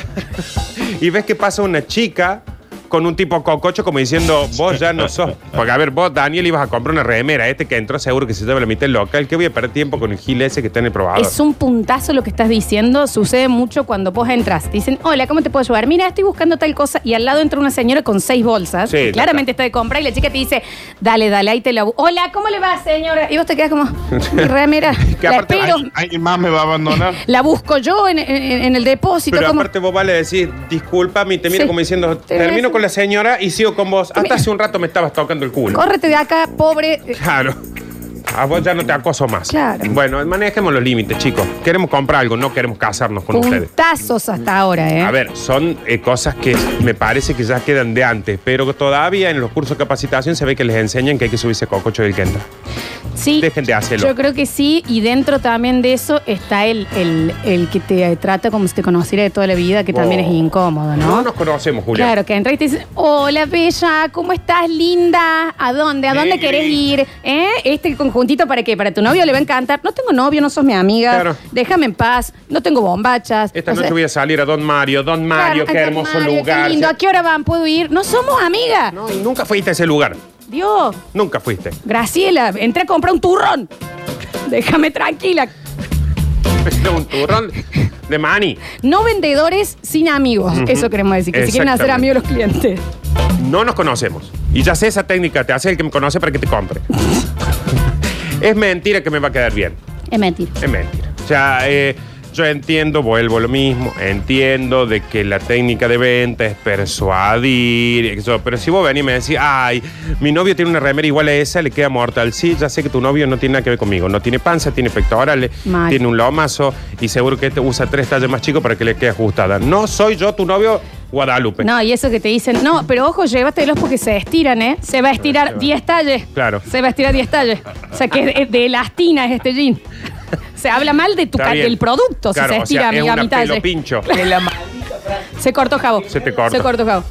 S3: y ves que pasa una chica con un tipo cococho como diciendo, vos ya no sos. Porque a ver, vos, Daniel, ibas a comprar una remera. Este que entró seguro que se lleva la mitad del local. Que voy a perder tiempo con el gil ese que está en el probador.
S2: Es un puntazo lo que estás diciendo. Sucede mucho cuando vos entras. Te Dicen, hola, ¿cómo te puedo ayudar? Mira, estoy buscando tal cosa. Y al lado entra una señora con seis bolsas.
S3: Sí,
S2: que
S3: ya
S2: claramente está de compra. Y la chica te dice, dale, dale, ahí te la bu- Hola, ¿cómo le va, señora? Y vos te quedas como, mi remera.
S3: Que
S2: la
S3: aparte,
S2: espero.
S9: ¿Alguien- ¿Alguien más me va a abandonar?
S2: La busco yo en, en- en el depósito.
S3: Pero
S2: como-
S3: aparte vos vale decir, discúlpame y te miro
S2: Sí.
S3: como diciendo,
S2: Te
S3: termino
S2: ves-
S3: con la señora y sigo con vos. Hasta hace un rato me estabas tocando el culo.
S2: Córrete de acá, pobre. eh,
S3: Claro. A vos ya no te acoso más.
S2: Claro.
S3: Bueno, manejemos los límites, chicos. Queremos comprar algo, no queremos casarnos con ustedes.
S2: Puntazos hasta ahora, ¿eh?
S3: A ver, son eh, cosas que me parece que ya quedan de antes, pero todavía en los cursos de capacitación se ve que les enseñan que hay que subirse cococho del que entra.
S2: Sí.
S3: Dejen de hacerlo.
S2: Yo creo que sí, y dentro también de eso está el, el, el que te trata como si te conociera de toda la vida, que también
S3: Oh.
S2: es incómodo,
S3: No,
S2: ¿no?
S3: nos conocemos, Julia.
S2: Claro, que entra y te dice, hola bella, ¿cómo estás, linda? ¿A dónde? ¿A dónde
S9: Negri.
S2: querés ir? ¿Eh? Este conjuntito para qué? Para tu novio le va a encantar. No tengo novio, no sos mi amiga.
S3: Claro.
S2: Déjame en paz, no tengo bombachas.
S3: Esta
S2: O
S3: noche
S2: sea,
S3: voy a salir a Don Mario. Don Mario,
S2: claro,
S3: qué
S2: ay,
S3: hermoso
S2: Mario, qué
S3: lugar.
S2: lindo. ¿A qué hora van? ¿Puedo ir? No somos amigas.
S3: No, y nunca fuiste a ese lugar.
S2: Dios,
S3: Nunca fuiste.
S2: Graciela, entré a comprar un turrón. Déjame tranquila.
S3: Era un turrón de maní.
S2: No vendedores sin amigos. Eso queremos decir, que si quieren hacer amigos los clientes.
S3: No nos conocemos. Y ya sé esa técnica, te hace el que me conoce para que te compre. es mentira que me va a quedar bien.
S2: Es mentira.
S3: Es mentira. O sea, eh, yo entiendo, vuelvo a lo mismo, entiendo de que la técnica de venta es persuadir, y eso, pero si vos venís y me decís, ay, mi novio tiene una remera igual a esa, le queda mortal. Sí, ya sé que tu novio no tiene nada que ver conmigo, no tiene panza, tiene pectorales,
S2: Mal.
S3: tiene un lomazo y seguro que este usa tres tallas más chicos para que le quede ajustada. No soy yo tu novio, Guadalupe.
S2: No, y eso que te dicen, no, pero ojo, llévatelos porque se estiran, ¿eh? Se va a estirar 10 talles.
S3: Claro.
S2: Se va a estirar 10 talles. O sea, que es de elastina es este jean. Se habla mal de tu
S3: Está
S2: ca-
S3: bien.
S2: del
S3: Claro,
S2: producto si se
S3: o sea,
S2: estira amiga,
S3: es
S2: a
S3: una
S2: mi talle.
S3: pelo pincho.
S10: De la ma-
S2: Se cortó, Javo.
S3: Se te cortó.
S2: Se cortó, Javo.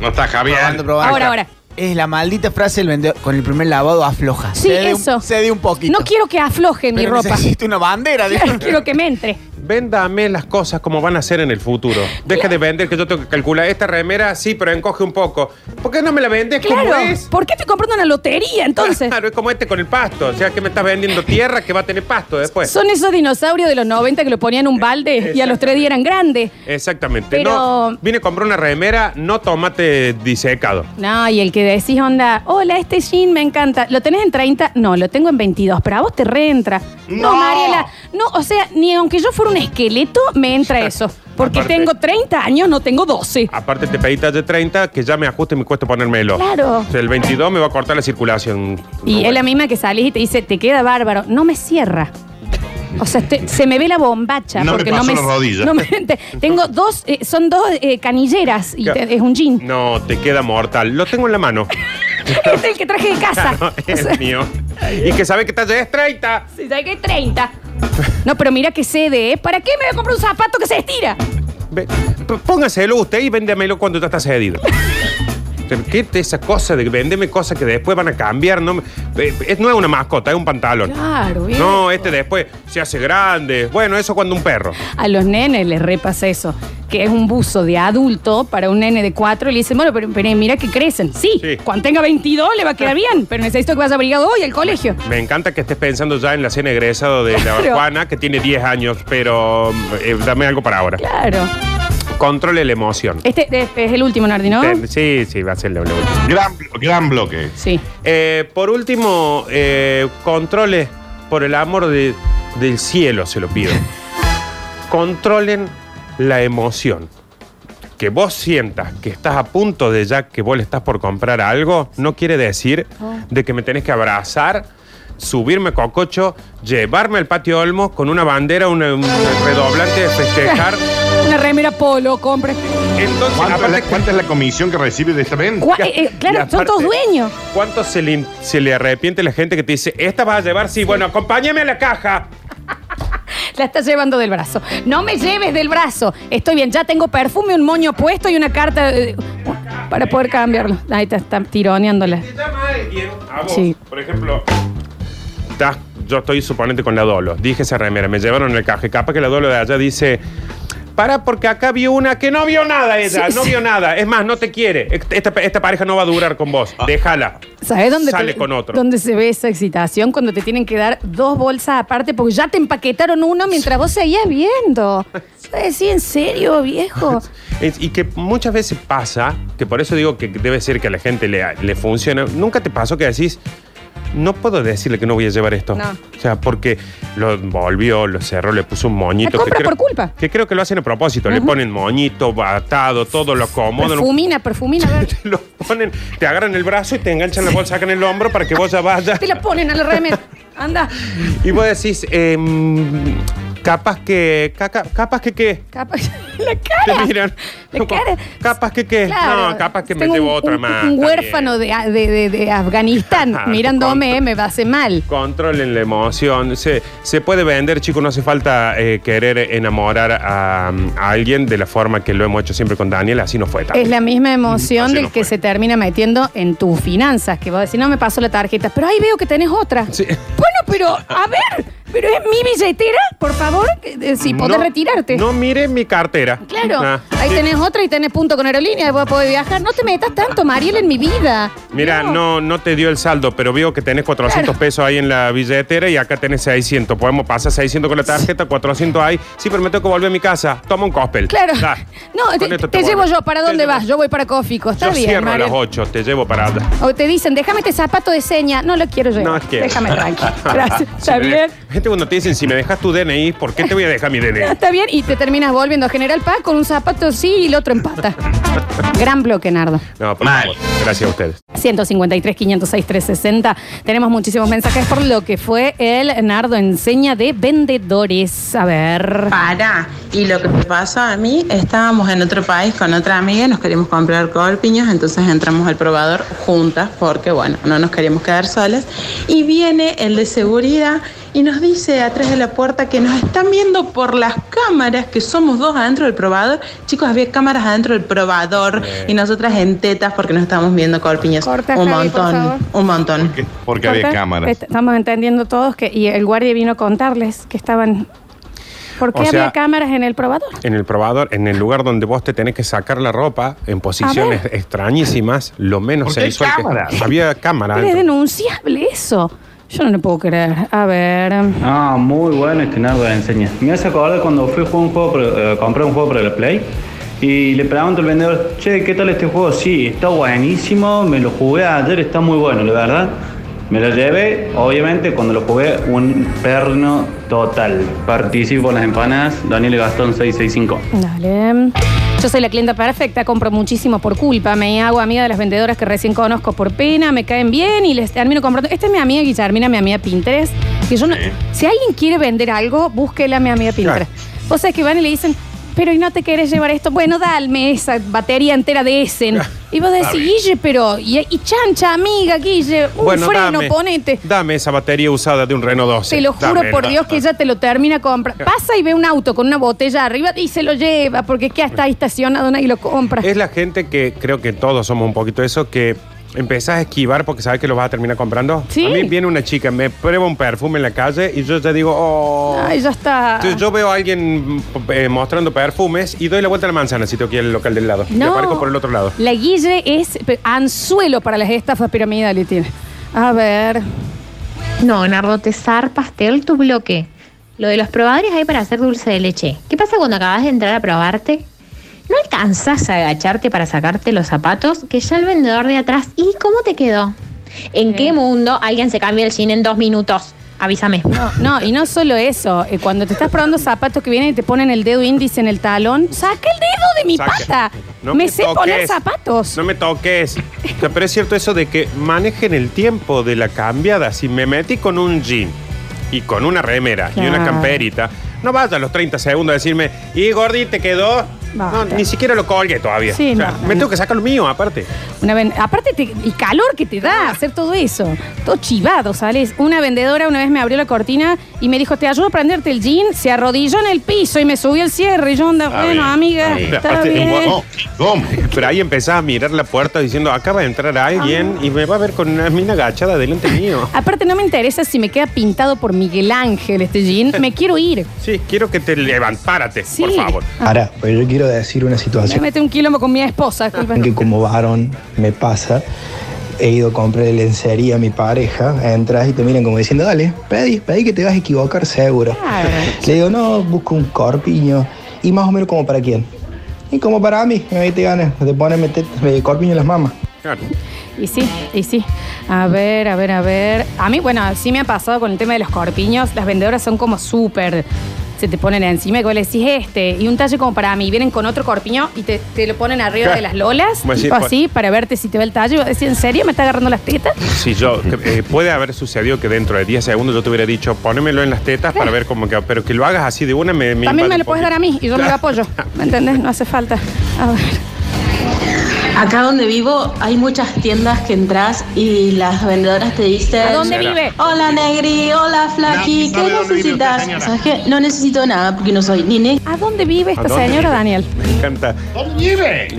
S9: No está Javier.
S10: Probando, probando.
S2: Ahora, ahora.
S10: Es la maldita frase del vendedor. Con el primer lavado afloja.
S2: Sí,
S10: Cede un-
S2: eso.
S10: cede un poquito.
S2: No quiero que afloje mi
S10: Pero
S2: ropa.
S10: Necesito una bandera. dijo.
S2: quiero que me entre.
S3: Véndame las cosas como van a ser en el futuro. Deja de vender que yo tengo que calcular. Esta remera sí, pero encoge un poco. ¿Por qué no me la vendes como
S2: Claro.
S3: es?
S2: ¿Por qué estoy comprando una lotería entonces?
S3: Claro, es como este con el pasto. O sea, que me estás vendiendo tierra que va a tener pasto después.
S2: Son esos dinosaurios de los 90 que lo ponían en un balde y a los tres días eran grandes.
S3: Exactamente.
S2: Pero-
S3: No, vine a comprar una remera, no tomate disecado.
S2: No, y el que decís, onda, hola, este jean me encanta. ¿Lo tenés en 30? No, lo tengo en 22, pero a vos te reentra. No,
S9: No.
S2: Mariela, no, o sea, ni aunque yo fuera un esqueleto, me entra eso. Porque
S3: Aparte-
S2: tengo 30 años, no tengo 12.
S3: Aparte, te pedí de 30 que ya me ajuste y me cuesta ponérmelo.
S2: Claro.
S3: O sea, el 22 me va a cortar la circulación.
S2: Y
S3: No,
S2: es la
S3: bueno.
S2: misma que salís y te dice, te queda bárbaro. No me cierra. O sea, te- se me ve la bombacha.
S9: No me
S2: porque
S9: pasó
S2: no me,
S9: la rodilla.
S2: no me- te- tengo dos, eh, son dos eh, canilleras y
S3: Claro.
S2: te- es un jean.
S3: No, te queda mortal. Lo tengo en la mano.
S2: es el que traje de casa.
S3: Claro,
S2: O sea,
S3: es mío. Y que sabe que talla es 30.
S2: Si sabe que hay 30. No, pero mira que cede, ¿eh? ¿Para qué me voy a comprar un zapato que se estira?
S3: Ve, p- Póngaselo usted y véndamelo cuando ya está cedido. Te- ¿Qué te- esa cosa de vendeme cosas que después van a cambiar? No, me- eh, es- no es una mascota, es un pantalón.
S2: Claro, bien.
S3: No, este después se hace grande. Bueno, eso cuando un perro.
S2: A los nenes les repasa eso, que es un buzo de adulto para un nene de cuatro. Y le dicen, bueno, pero, pero mira que crecen. Sí,
S3: Sí.
S2: cuando tenga 22 le va a quedar bien, pero necesito que vaya abrigado hoy al colegio.
S3: Me encanta que estés pensando ya en la cena egresado de la
S2: Claro.
S3: Juana, que tiene 10 años, pero eh, dame algo para ahora.
S2: Claro.
S3: Controle la emoción.
S2: Este eh, es el último, Nardi, ¿no?
S3: Ten- Sí, sí, va a ser la la última. Gran, gran bloque.
S2: Sí.
S3: Eh, por último, eh, controle, por el amor de- del cielo se lo pido. Controlen la emoción. Que vos sientas que estás a punto de ya que vos le estás por comprar algo, no quiere decir de que me tenés que abrazar, subirme a cococho, llevarme al patio Olmos con una bandera, una- un redoblante de festejar.
S2: Una remera polo, compre.
S3: Entonces,
S9: ¿Cuánto es la- ¿Cuánta es la comisión que recibe de esta venta?
S2: Gua- eh, eh, claro,
S3: Y
S2: son
S3: aparte-
S2: todos dueños.
S3: ¿Cuánto se le, se le arrepiente la gente que te dice, esta vas a llevar? Sí, bueno, acompáñame a la caja.
S2: La estás llevando del brazo. No me lleves del brazo. Estoy bien, ya tengo perfume, un moño puesto y una carta eh, para poder cambiarlo. Ahí está, está tironeándola.
S3: A vos,
S2: Sí.
S3: por ejemplo, estás- yo estoy suponente con la Dolo. Dije esa remera, me llevaron en el caja. Y Capaz que la Dolo de allá dice, para porque acá vio una que no vio nada ella,
S2: Sí,
S3: no
S2: sí.
S3: vio nada. Es más, no te quiere. Esta, esta pareja no va a durar con vos. Déjala.
S2: ¿Sabes dónde, te-
S3: Sale con otro.
S2: dónde se ve esa excitación? Cuando te tienen que dar dos bolsas aparte porque ya te empaquetaron uno mientras vos seguías viendo. Yo decía, ¿en serio, viejo?
S3: Es- y que muchas veces pasa, que por eso digo que debe ser que a la gente le, le funciona. ¿Nunca te pasó que decís, no puedo decirle que no voy a llevar esto?
S2: No.
S3: O sea, porque lo volvió, lo cerró, le puso un
S2: La
S3: moñito. que
S2: compras
S3: creo-
S2: por culpa.
S3: Que creo que lo hacen a propósito. Le
S2: Ujú.
S3: ponen moñito, atado, todo lo acomodan.
S2: Perfumina, perfumina. a ver.
S3: Lo ponen, te agarran el brazo y te enganchan la bolsa acá en el hombro para que vos ya vayas.
S2: Te la ponen a la remera. Anda.
S3: Y vos decís, em, capaz que. caca- capaz que qué.
S2: Capaz- la
S3: Te
S2: cara.
S3: miran.
S2: La cara.
S3: Capaz que qué.
S2: Claro.
S3: No, capaz que me
S2: Tengo
S3: llevo
S2: un-
S3: otra
S2: un-
S3: más.
S2: Un
S3: está Ah,
S2: huérfano de, de- de- de Afganistán
S3: Ajá,
S2: mirándome
S3: contra-
S2: me hace mal.
S3: Controlen la emoción. Se, se puede vender, chicos. No hace falta eh, querer enamorar a, a alguien de la forma que lo hemos hecho siempre con Daniel. Así no fue.
S2: Es
S3: también.
S2: la misma emoción
S3: Así
S2: del
S3: no
S2: que se termina metiendo en tus finanzas, que vos decís, no me pasó la tarjeta, pero ahí veo que tenés otra. Bueno, pero a ver, pero es mi billetera, por favor, que- eh, si podés
S3: No-
S2: retirarte.
S3: No mire mi cartera.
S2: Claro,
S3: Ah,
S2: ahí
S3: sí.
S2: tenés otra y tenés punto con aerolínea, vos podés viajar. No te metas tanto, Mariel, en mi vida.
S3: Mira, no. no te dio el saldo, pero veo que tenés 400
S2: Claro.
S3: pesos ahí en la billetera y acá tenés 600. Podemos pasar 600 con la tarjeta, 400 ahí. Sí, pero me tengo que volver a mi casa. Toma un cospel.
S2: Claro.
S3: Da.
S2: No,
S3: Con
S2: te,
S3: esto
S2: te llevo
S3: vuelvo.
S2: yo. ¿Para
S3: Te
S2: dónde
S3: llevo.
S2: vas? Yo voy para Cófico. Está
S3: Yo
S2: bien,
S3: cierro a
S2: Mariel.
S3: las 8, te llevo para allá.
S2: O te dicen, déjame este zapato de seña. No lo quiero llevar.
S3: No es que.
S2: Déjame tranquilo. Gracias.
S3: Si
S2: Está
S3: Eh, me
S2: bien.
S3: de- Gente cuando te dicen, si me dejas tu DNI, ¿por qué te voy a dejar mi DNI?
S2: Está bien. Y te terminas volviendo a General Paz con un zapato sí y el otro empata. Gran bloque, Nardo.
S3: No, por favor. Gracias a ustedes.
S2: 153, 506, 360. Tenemos muchísimos mensajes por lo que fue el Nardo Enseña de Vendedores. A ver.
S11: Para. Y lo que me pasó a mí, estábamos en otro país con otra amiga y nos queríamos comprar corpiños, entonces entramos al probador juntas porque, bueno, no nos queríamos quedar solas. Y viene el de seguridad y nos dice atrás de la puerta que nos están viendo por las cámaras, que somos dos adentro del probador. Chicos, había cámaras adentro del probador y nosotras en tetas porque nos estábamos viendo corpiños. un
S2: Javi, por
S11: montón,
S2: favor.
S11: un montón.
S9: Porque había
S2: Corta.
S9: cámaras.
S2: Est- Estamos entendiendo todos que y el guardia vino a contarles que estaban. ¿Por qué
S3: O sea-
S2: había cámaras en el probador?
S3: En el probador, en el lugar donde vos te tenés que sacar la ropa, en posiciones extrañísimas, lo menos
S2: ¿Por qué hay
S3: sexual que-
S2: cámaras?
S3: había cámara.
S2: Es denunciable eso. Yo no lo puedo creer. A ver.
S12: Ah, muy bueno este Nardo enseña. Me hace acordar cuando fui a jugar un juego, para- eh, compré un juego para la Play y le pregunto al vendedor, che, ¿qué tal este juego? Sí, está buenísimo, me lo jugué ayer, está muy bueno, la verdad. Me lo llevé, obviamente, cuando lo jugué, un perno total. Participo en las empanadas, Daniel Gastón 665.
S2: Dale. Yo soy la clienta perfecta, compro muchísimo por culpa, me hago amiga de las vendedoras que recién conozco por pena, me caen bien y les termino comprando. Esta es mi amiga Guillermina, mi amiga Pinterest. Que yo no- Si alguien quiere vender algo, búsquela a mi amiga Pinterest. O sea que van y le dicen, pero ¿y no te querés llevar esto? Bueno, dame esa batería entera de Essen. Y vos decís,
S3: Está bien.
S2: Guille, pero, y, y chancha, amiga, Guille, un
S3: bueno,
S2: freno,
S3: dame,
S2: ponete.
S3: dame esa batería usada de un Renault 12.
S2: Te lo juro
S3: Dame,
S2: por
S3: da-
S2: Dios que ella te lo termina compra. Pasa y ve un auto con una botella arriba y se lo lleva, porque es que está ahí estacionado nadie lo compra.
S3: Es la gente que creo que todos somos un poquito eso, que empezás a esquivar porque sabes que lo vas a terminar comprando.
S2: Sí.
S3: A mí viene una chica, me prueba un perfume en la calle y yo te digo, oh.
S2: Ay, ya está.
S3: Entonces yo veo a alguien eh, mostrando perfumes y doy la vuelta a la manzana si tengo que ir al local del lado.
S2: No.
S3: Y aparezco por el otro lado.
S2: La Guille es pe- anzuelo para las estafas piramidales, tiene. A ver.
S13: No, Nardo, te zarpaste el tu bloque. Lo de los probadores hay para hacer dulce de leche. ¿Qué pasa cuando acabas de entrar a probarte? ¿No alcanzas a agacharte para sacarte los zapatos? Que ya el vendedor de atrás. ¿Y cómo te quedó? ¿En qué mundo alguien se cambia el jean en dos minutos? Avísame.
S2: No, y no solo eso. eh, cuando te estás probando zapatos que vienen y te ponen el dedo índice en el talón, saca el dedo de mi
S3: Saca.
S2: pata.
S3: No
S2: me sé poner
S3: toques.
S2: zapatos.
S3: No me toques. O sea, pero es cierto eso de que manejen el tiempo de la cambiada. Si me metí con un jean y con una remera y una
S2: Claro.
S3: camperita, no vaya a los 30 segundos a decirme, y Gordi, te quedó. No,
S2: Basta.
S3: ni siquiera lo colgué todavía.
S2: Sí,
S3: O sea,
S2: no,
S3: me tengo que sacar lo mío, aparte.
S2: Una ven- aparte, te- el calor que te da hacer todo eso. Todo chivado, ¿sales? Una vendedora una vez me abrió la cortina y me dijo, te ayudo a prenderte el jean. Se arrodilló en el piso y me subió el cierre. Y yo onda,
S3: Está
S2: bueno,
S3: bien,
S2: amiga,
S3: bien.
S2: está
S3: Aparte, Oh.
S2: bien.
S3: guau,
S9: oh,
S3: ¿cómo? Pero ahí empezás a mirar la puerta diciendo, acaba de entrar alguien
S2: Ah.
S3: y me va a ver con una mina agachada delante mío.
S2: Aparte, no me interesa si me queda pintado por Miguel Ángel este jean. Me quiero ir.
S3: Sí, quiero que te levantes, párate, por favor.
S14: Ahora, pero yo quiero decir una
S2: Me
S14: situación
S2: mete un quilombo con mi esposa, disculpen.
S14: que como varón me pasa. He ido a comprar lencería a mi pareja, entras y te miran como diciendo, dale, pedí, pedí que te vas a equivocar seguro. Le digo, no, busco un corpiño. ¿Y más o menos como para quién? Y como para mí, ahí te ganas, te pones meter eh, corpiño en las mamas.
S2: Y sí, y sí. A ver, a ver, a ver. A mí, bueno, sí me ha pasado con el tema de los corpiños. Las vendedoras son como súper. Se te ponen encima y vos le decís este. Y un talle como para mí. Vienen con otro corpiño y te, te lo ponen arriba de las lolas.
S3: Como decir,
S2: tipo así, para verte si te ve el talle. Y vos decís, ¿en serio me está agarrando las tetas?
S3: Sí, yo. eh, puede haber sucedido que dentro de 10 segundos yo te hubiera dicho, ponémelo en las tetas para ver cómo queda. Pero que lo hagas así de una me. me invade
S2: También me lo
S3: un
S2: puedes
S3: poquito.
S2: dar a mí y yo me lo apoyo. ¿Me entendés? No hace falta. A ver.
S11: Acá donde vivo hay muchas tiendas que entras y las vendedoras te dicen...
S2: ¿A dónde vive?
S11: Hola Negri, hola Flaqui,
S2: Nadie sabe
S11: ¿qué
S2: dónde vive usted,
S11: necesitas?
S2: señora.
S11: ¿Sabes qué? No necesito nada porque no soy ni ne-
S2: ¿A dónde vive
S3: ¿A
S2: esta
S3: dónde
S2: señora,
S3: vive?
S2: Daniel?
S3: Me encanta.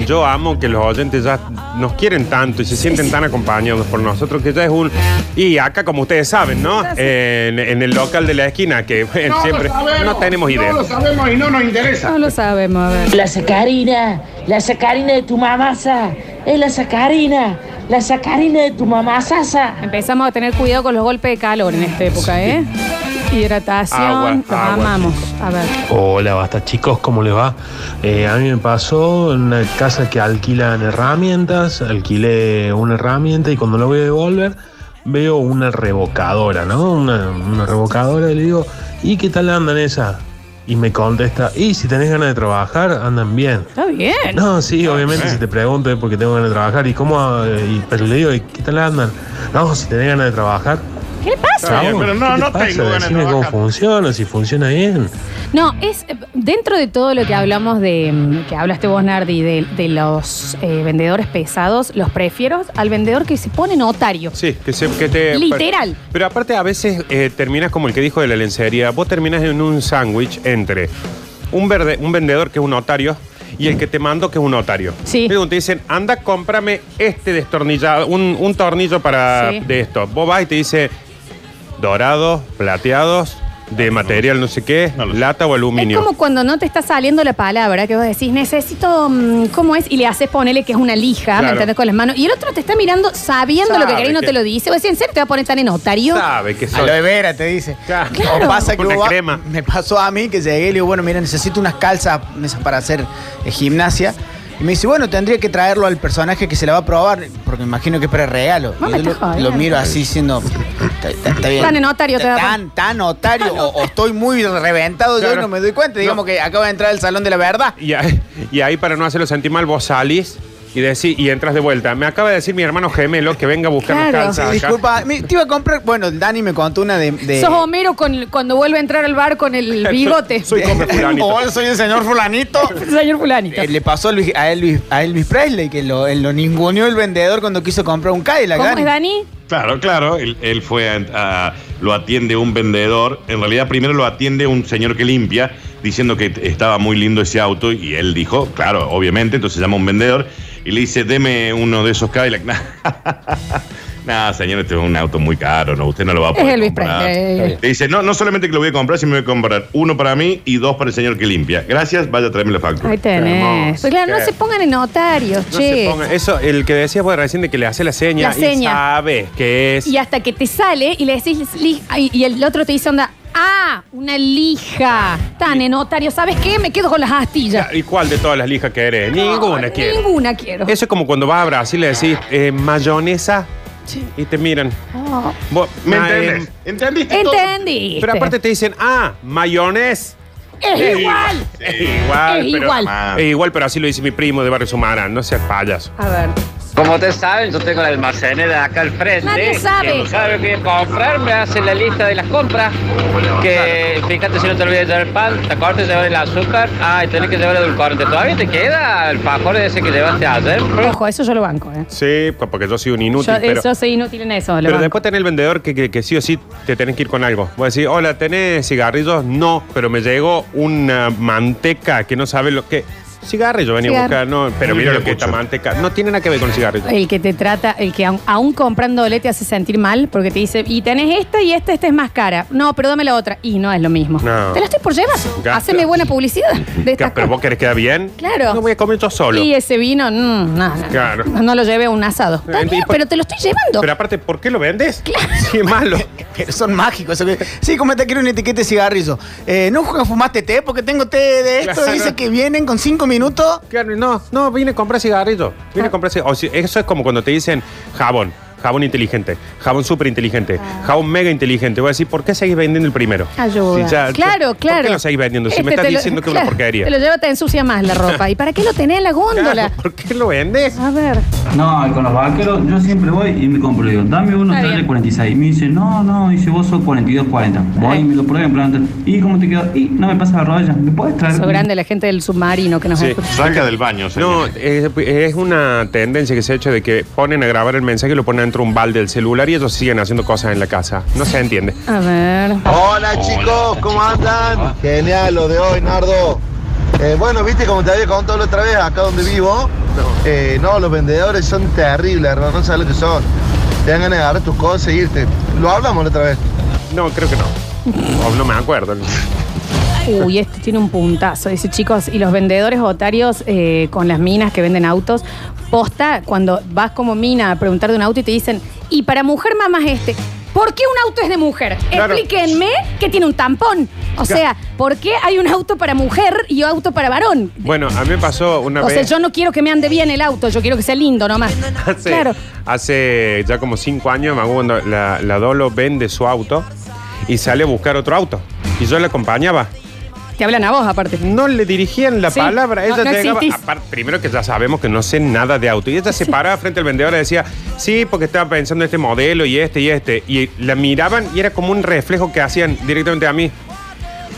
S3: Yo amo que los oyentes ya nos quieren tanto y se sienten tan acompañados por nosotros que ya es un. Y acá, como ustedes saben, ¿no? En, en el local de la esquina, que bueno,
S2: No lo
S3: siempre.
S2: sabemos,
S3: no tenemos idea.
S2: sabemos y no nos interesa. No lo sabemos, a ver.
S15: La sacarina, la sacarina de tu mamasa, es la sacarina, la sacarina de tu mamasa.
S2: Empezamos a tener cuidado con los golpes de calor en esta época, ¿eh? Hidratación,
S16: Agua,
S2: los
S16: agua.
S2: amamos. A ver.
S16: Hola, basta chicos, ¿cómo les va? Eh, a mí me pasó en una casa que alquilan herramientas, alquilé una herramienta y cuando la voy a devolver veo una revocadora, ¿no? Una, una revocadora y le digo, ¿y qué tal andan esa? Y me contesta, y si tenés ganas de trabajar, andan bien.
S2: Está bien.
S16: No, sí, obviamente si te pregunto es porque tengo ganas de trabajar. ¿Y cómo? eh, y- pero le digo, ¿y qué tal andan? No, si tenés ganas de trabajar.
S2: ¿Qué le pasa?
S16: Chabón, ¿qué te pasa? Decime cómo funciona, si funciona bien.
S2: No, es eh, dentro de todo lo que hablamos de mm, que hablaste vos, Nardi, de, de los eh, vendedores pesados, los prefiero al vendedor que se pone notario.
S3: Sí, que, se, que te.
S2: Literal.
S3: Pero, aparte, a veces eh, terminas como el que dijo de la lencería. Vos terminas en un sándwich entre un, verde, un vendedor que es un notario y el que te mando que es un notario. Sí. te dicen, anda, cómprame este destornillado, un, un tornillo para
S2: Sí.
S3: de esto. Vos vas y te dice dorados, plateados, de material no sé qué, lata o
S2: Es
S3: aluminio.
S2: como cuando no te está saliendo la palabra, que vos decís, necesito, mm, ¿cómo es? Y le haces ponerle que es una lija, ¿me
S3: Claro.
S2: entendés? Con las manos. Y el otro te está mirando sabiendo lo que
S10: Sabe
S2: querés y no
S10: que-
S2: te lo dice. Vos decís, ¿en serio te va a poner tan en notario?
S3: Sabe que soy.
S10: Aloe vera, te dice.
S2: Claro.
S10: O pasa que
S2: Una
S10: hubo-
S2: crema.
S10: me pasó a mí que llegué y le digo, bueno, mira, necesito unas calzas esas para hacer eh, gimnasia. Y me dice, bueno, tendría que traerlo al personaje que se la va a probar, porque me imagino que es para el regalo.
S2: Vos
S10: Y
S2: me
S10: yo lo-
S2: estás
S10: lo,
S2: jodiendo.
S10: miro así diciendo, está, está- está bien.
S2: Tan en notario te va a poner.
S10: Tan, tan notario, o, o estoy muy reventado, yo
S3: Claro.
S10: no me doy cuenta. Digamos que acabo de entrar al salón de la verdad.
S3: Y, a- y ahí, para no hacerlo sentir mal, vos salís y, decí- y entras de vuelta. Me acaba de decir mi hermano gemelo que venga a buscar las
S10: Claro.
S3: calzas acá.
S10: Disculpa, me- te iba a comprar. Bueno, Dani me contó una de. de-
S2: Sos Homero con- cuando vuelve a entrar al bar con el bigote.
S3: como fulanito.
S10: Hola, Oh, soy el señor fulanito.
S2: señor fulanito.
S10: Eh, le pasó a Elvis, a Elvis- a Elvis Presley, que lo, lo ninguneó el vendedor cuando quiso comprar un Cadillac.
S2: ¿Cómo es Dani?
S9: Claro, claro. Él, él fue a, a- Lo atiende un vendedor. En realidad, primero lo atiende un señor que limpia, diciendo que estaba muy lindo ese auto. Y él dijo, claro, obviamente. Entonces llama a un vendedor y le dice, deme uno de esos Cadillac. No, señor, este es un auto muy caro, no, usted no lo va a
S2: Es
S9: poder
S2: Elvis
S9: comprar.
S2: Presley.
S9: Le dice, no, no solamente que lo voy a comprar, sino me voy a comprar uno para mí y dos para el señor que limpia. Gracias, vaya a traerme la factura.
S2: Ahí tenés. Pero claro, no se pongan en notarios,
S3: No
S2: che.
S3: se ponga- Eso, el que decías vos recién de que le hace la seña,
S2: La seña.
S3: y sabes que es.
S2: Y hasta que te sale y le decís, li- ay, y el otro te dice, onda, ah, una lija. Tan en notario, ¿sabes qué? Me quedo con las astillas.
S3: ¿Y cuál de todas las lijas que eres? Ninguna quiere.
S2: Ninguna quiero.
S3: Eso es como cuando vas a Brasil y le decís, eh, mayonesa, y te miran.
S2: Oh. Este.
S3: Vos,
S9: ¿Me
S3: ma-
S9: entendés?
S3: eh,
S9: ¿Entendiste? todo?
S2: Entendí.
S3: Pero aparte te dicen, ah, mayones.
S2: Es igual.
S3: Es igual.
S2: Es
S3: pero,
S2: igual.
S9: Ah.
S3: Es igual, pero así lo dice mi primo de Barrio Sumara. No seas payaso.
S2: A ver.
S17: Como ustedes saben, yo tengo la almacenera acá al frente.
S2: Nadie sabe.
S17: Quien sabe qué comprar, me hace la lista de las compras. Que fíjate si no te olvides de llevar el pan, te acordás de llevar el azúcar. Ah, y tenés que llevar el edulcorante. ¿Todavía te queda el favor ese que llevaste ayer?
S2: Ojo, eso yo lo banco, ¿eh?
S3: Sí, pa- porque yo soy un inútil.
S2: yo,
S3: pero,
S2: yo soy inútil en eso. Lo
S3: pero
S2: banco.
S3: después tenés el vendedor que, que- que sí o sí te tenés que ir con algo. Voy a decir, hola, ¿tenés cigarrillos? No, pero me llegó una manteca que no sabe lo que. Cigarrillo, venía a buscar,
S2: Cigarro.
S3: no, pero
S9: Sí,
S3: mira
S9: me
S3: lo que
S9: escucho.
S3: esta manteca. No tiene nada que ver con cigarrillo.
S2: El que te trata, el que aun- aún comprándole te hace sentir mal porque te dice, y tenés esta y esta, esta es más cara. No, pero dame la otra. Y no es lo mismo.
S3: No.
S2: Te la estoy por llevar.
S3: Gasta.
S2: Haceme buena publicidad de estas
S3: Pero vos querés quedar bien.
S2: Claro.
S3: No voy a comer yo solo.
S2: Y ese vino, mm, no, no,
S3: Claro.
S2: no, no lo llevé a un asado. Está
S3: Ent-
S2: bien,
S3: y por-
S2: pero te lo estoy llevando.
S3: Pero aparte, ¿por qué lo vendes? Sí, malo.
S10: Pero son mágicos. eso que- Sí, como te quiero un etiquete de cigarrillo. Eh, Nunca fumaste té porque tengo té de esto.
S3: Claro.
S10: Dice que vienen con cinco minutos.
S3: Claro, no, no, vine a comprar cigarrillos.
S2: Ah.
S3: Vine a comprar cigarrillos. eso es como cuando te dicen jabón, jabón inteligente, jabón súper inteligente,
S2: Ah.
S3: jabón mega inteligente. Voy a decir, ¿por qué seguís vendiendo el primero?
S2: Ayuda.
S3: Si ya-
S2: claro,
S3: ¿por-
S2: claro.
S3: ¿Por qué lo seguís vendiendo? Si
S2: Este
S3: me estás
S2: te lo-
S3: diciendo que es
S2: claro,
S3: una porquería.
S2: Te lo lleva, te ensucia más la ropa. ¿Y para qué lo tenés en la góndola?
S3: Claro, ¿Por qué lo vendes?
S2: A ver.
S12: No, y con los vaqueros yo siempre voy y me compro. Digo, dame uno,
S2: Está
S12: trae
S2: bien.
S12: 46. Y me dice, no, no, dice, vos sos 42.40. Voy y me lo pruebo en plan. ¿Y cómo te quedó? Y no me pasa la rodilla. ¿Me puedes traer?
S2: Eso grande la gente del submarino que nos
S3: Sí.
S2: escucha.
S9: Saca del baño, señor. este
S3: No, es, es una tendencia que se ha hecho de que ponen a grabar el mensaje y lo ponen dentro de un balde del celular y ellos siguen haciendo cosas en la casa. No se entiende.
S2: A ver.
S18: Hola chicos, ¿cómo andan? Genial lo de hoy, Nardo. Eh, bueno, viste como te había contado la otra vez, acá donde vivo, eh, no, los vendedores son terribles, hermano, no sabes lo que son. Te dan ganas de agarrar tus cosas e irte. Lo hablamos la otra vez.
S3: No, creo que no. O no me acuerdo.
S2: Uy, este tiene un puntazo. Dice, chicos, y los vendedores otarios eh, con las minas que venden autos, posta, cuando vas como mina a preguntar de un auto y te dicen, y para mujer mamás este, ¿por qué un auto es de mujer?
S3: Claro.
S2: Explíquenme que tiene un tampón. O sea, ¿por qué hay un auto para mujer y auto para varón?
S3: Bueno, a mí me pasó una
S2: O
S3: vez.
S2: sea, yo no quiero que me ande bien el auto, yo quiero que sea lindo nomás.
S3: Hace,
S2: Claro.
S3: hace ya como cinco años, me acuerdo cuando la, la Dolo vende su auto y sale a buscar otro auto. Y yo la acompañaba.
S2: Te hablan a vos, aparte.
S3: No le dirigían la
S2: Sí,
S3: palabra.
S2: no-
S3: Ella
S2: no
S3: llegaba.
S2: existís.
S3: aparte, primero que ya sabemos que no sé nada de auto. Y ella se paraba frente al vendedor y decía, sí, porque estaba pensando en este modelo y este y este. Y la miraban y era como un reflejo que hacían directamente a mí.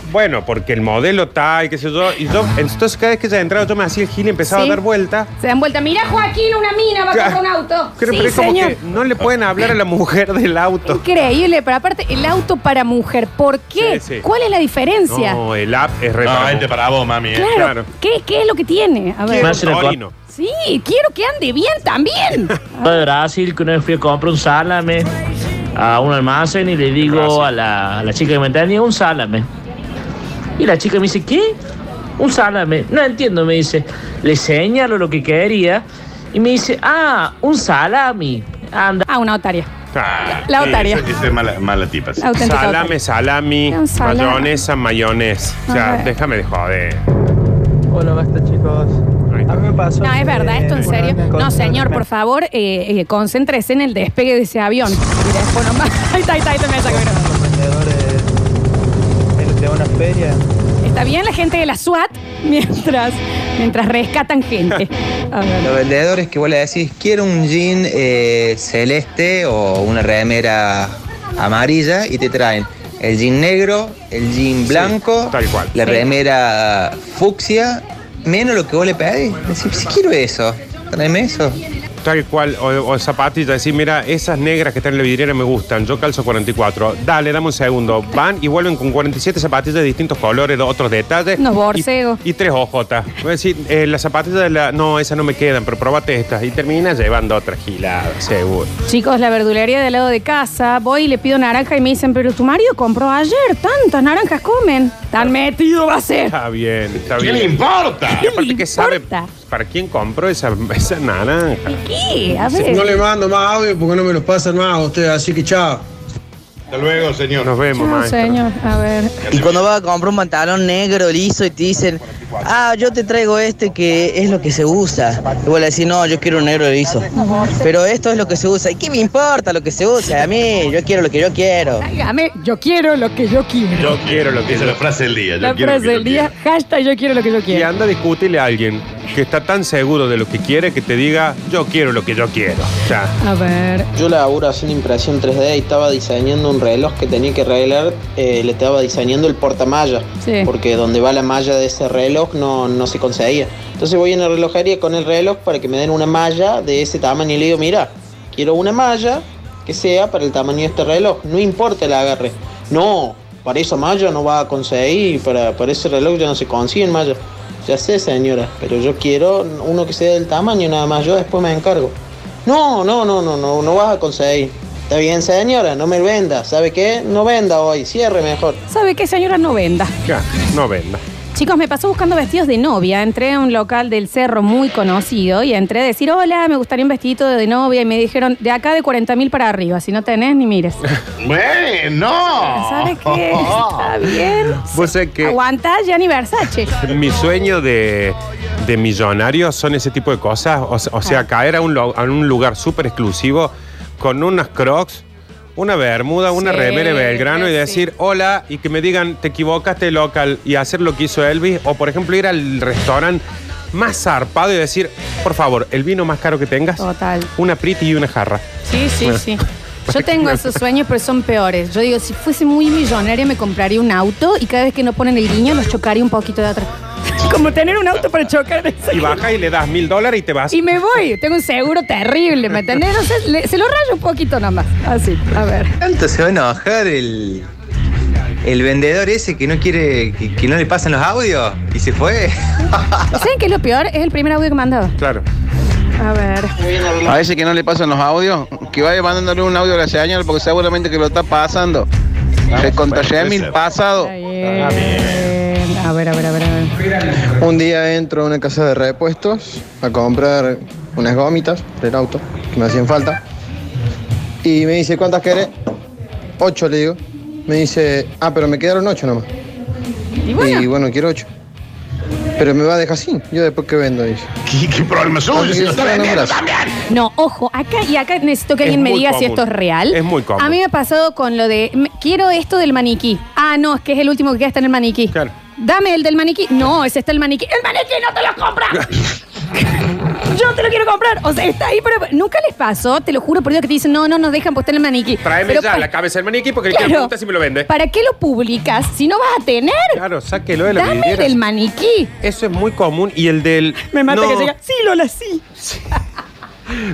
S3: Bueno, porque el modelo tal, qué sé yo. Y yo, entonces cada vez que ella entraba, yo me hacía el gil y empezaba
S2: Sí.
S3: a dar vuelta.
S2: Se dan vuelta, mirá Joaquín, una mina va a comprar un auto.
S3: Creo,
S2: Sí,
S3: pero es como
S2: señor.
S3: que no le pueden hablar a la mujer del auto.
S2: Increíble, pero aparte, el auto para mujer, ¿por qué?
S3: Sí, sí.
S2: ¿Cuál es la diferencia?
S3: No, el app es re
S9: No,
S3: para
S9: este
S3: vos.
S9: para vos, mami. eh.
S2: claro, ¿Qué, qué es lo que tiene? A ver.
S3: Quiero
S17: Más en el
S3: un
S17: cua-
S3: Torino.
S2: Sí, quiero que ande bien también.
S17: de Brasil que una vez fui a comprar un salame a un almacén y le digo a la, a la chica que me tenía un salame. Y la chica me dice, ¿qué? Un salame. No entiendo, me dice. Le señalo lo que quería y me dice, ah, un salami. Anda.
S2: Ah, una otaria.
S3: Ah,
S2: La
S9: Sí,
S2: otaria.
S9: esa- esa es mala, mala tipa. sí.
S2: La auténtica
S3: Salame, salami,
S2: Un salame.
S3: mayonesa, mayonesa. O
S2: A
S3: sea,
S2: ver.
S3: déjame de joder.
S19: Hola, basta chicos. A mí me pasó.
S2: No, es verdad, esto en
S19: Bueno,
S2: serio.
S19: con-
S2: No, señor, por favor, eh, eh, concéntrese en el despegue de ese avión. Y después nomás. Ahí está, ahí está, ahí está, me sacaron.
S19: vendedores de- de una feria.
S2: Está bien la gente de la SWAT mientras, mientras rescatan gente.
S20: Los vendedores que vos le decís, quiero un jean eh, celeste o una remera amarilla y te traen el jean negro, el jean blanco, la remera fucsia, menos lo que vos le pedís. Decís, si quiero eso, tráeme eso.
S3: Tal cual, o, o zapatillas, decir, mira, esas negras que están en la vidriera me gustan, yo calzo 44. Dale, dame un segundo. Van y vuelven con 47 zapatillas de distintos colores, otros detalles.
S2: Unos
S3: Y-
S2: borcegos.
S3: Y, tres ojotas. Voy a decir, eh, las zapatillas de la. No, esas no me quedan, pero probate estas. Y termina llevando otra gilada, seguro.
S2: Chicos, la verdulería del lado de casa, voy y le pido naranja y me dicen, pero tu marido compró ayer, tantas naranjas comen. Tan metido va a ser.
S3: Está bien, está
S21: ¿Qué
S3: bien.
S21: le importa?
S3: Y aparte, ¿qué sabe para quién compró esa, esa naranja?
S2: ¿Qué? A ver.
S22: No le mando más audio porque no me los pasan más a ustedes, así que chao.
S21: Hasta luego, señor.
S3: Nos vemos,
S2: No, señor, a ver.
S23: Y cuando vas a comprar un pantalón negro, liso, y te dicen, ah, yo te traigo este que es lo que se usa. Y vos le decís, no, yo quiero un negro liso. Pero esto es lo que se usa. ¿Y qué me importa lo que se usa? A mí, yo quiero lo que yo quiero.
S2: Dígame, yo quiero lo que yo quiero.
S21: Yo quiero lo que Esa es la frase del día.
S2: La frase del día, hashtag yo quiero lo que yo
S3: Y
S2: quiero.
S3: anda a discutirle a alguien que está tan seguro de lo que quiere que te diga, yo quiero lo que yo quiero. Ya.
S2: A ver.
S24: Yo laburo haciendo impresión 3D y estaba diseñando un reloj que tenía que arreglar, eh, le estaba diseñando el portamalla,
S2: Sí.
S24: porque donde va la malla de ese reloj no, no se conseguía. Entonces voy a la relojería con el reloj para que me den una malla de ese tamaño y le digo, mira, quiero una malla que sea para el tamaño de este reloj, no importa el agarre. No, para esa malla no va a conseguir, para, para ese reloj ya no se consiguen mallas. Ya sé señora, pero yo quiero uno que sea del tamaño nada más, yo después me encargo. No, no, no, no, no, no vas a conseguir. Está bien, señora, no me venda. ¿Sabe qué? No venda hoy, cierre mejor.
S2: ¿Sabe qué, señora? No venda.
S3: Ya, no venda.
S2: Chicos, me pasó buscando vestidos de novia. Entré a un local del cerro muy conocido y entré a decir, hola, me gustaría un vestidito de novia. Y me dijeron, de acá de 40 mil para arriba. Si no tenés, ni mires.
S21: Bueno.
S2: ¿Sabe qué? Está bien.
S3: Vos sabés que
S2: Aguanta Gianni Versace.
S3: mi sueño de, de millonario son ese tipo de cosas. O, se- o sea, caer a un, lo- a un lugar súper exclusivo con unas crocs. Una bermuda, una
S21: Sí,
S3: remera de Belgrano y decir hola y que me digan te equivocaste local y hacer lo que hizo Elvis o por ejemplo ir al restaurante más zarpado y decir por favor el vino más caro que tengas
S2: Total.
S3: una priti y una jarra
S2: Sí, sí,
S3: Bueno.
S2: sí. Yo tengo esos sueños, pero son peores. Yo digo, si fuese muy millonaria, me compraría un auto y cada vez que no ponen el guiño, los chocaría un poquito de atrás. Como tener un auto para chocar.
S3: y bajas y le das mil dólares y te vas
S2: Y me voy. Tengo un seguro terrible, ¿me entendés? No sé, le- se lo rayo un poquito nomás. Así, a ver.
S20: Tanto se va a enojar el, el vendedor ese que no quiere que, que no le pasan los audios y se fue.
S2: ¿Saben qué es lo peor? Es el primer audio que mandaba.
S3: Claro.
S2: A ver.
S24: A veces que no le pasan los audios, que vaya mandándole un audio a la señora porque seguramente que lo está pasando. Se contagió
S23: puede
S24: mil
S23: ser.
S24: pasado.
S2: Eh, a ver, a ver, a ver, a ver.
S23: Un día entro a una casa de repuestos a comprar unas gomitas del auto que me hacían falta. Y me dice, ¿cuántas querés? Ocho, le digo. Me dice, ah, pero me quedaron ocho nomás. Y bueno, quiero ocho. Pero me va a dejar sin. Yo después que vendo, dice.
S21: ¿Qué, problema
S23: suyo?
S21: Si lo está vendiendo
S2: No, ojo, acá y acá necesito que
S23: Es
S2: alguien me
S23: muy
S2: diga si
S23: común.
S2: esto es real.
S23: Es muy común.
S2: A mí me ha pasado con lo de, me- quiero esto del maniquí. Ah, no, es que es el último que queda está en el maniquí. Dame el del maniquí. No, ese está el maniquí. El maniquí no te lo compra. Yo te lo quiero comprar. O sea, está ahí, pero nunca les pasó, te lo juro por Dios que te dicen, no, no nos dejan postar el maniquí.
S3: Tráeme
S2: Pero
S3: ya
S2: pa-
S3: la cabeza del maniquí porque
S2: Claro.
S3: el que apunta si me lo vende.
S2: ¿Para qué lo publicas si no vas a tener?
S3: Claro, sáquelo de la
S2: Dame el
S3: vidriera.
S2: del maniquí.
S3: Eso es muy común y el del...
S2: Me mata
S3: No,
S2: que llega. Sí, Lola, sí.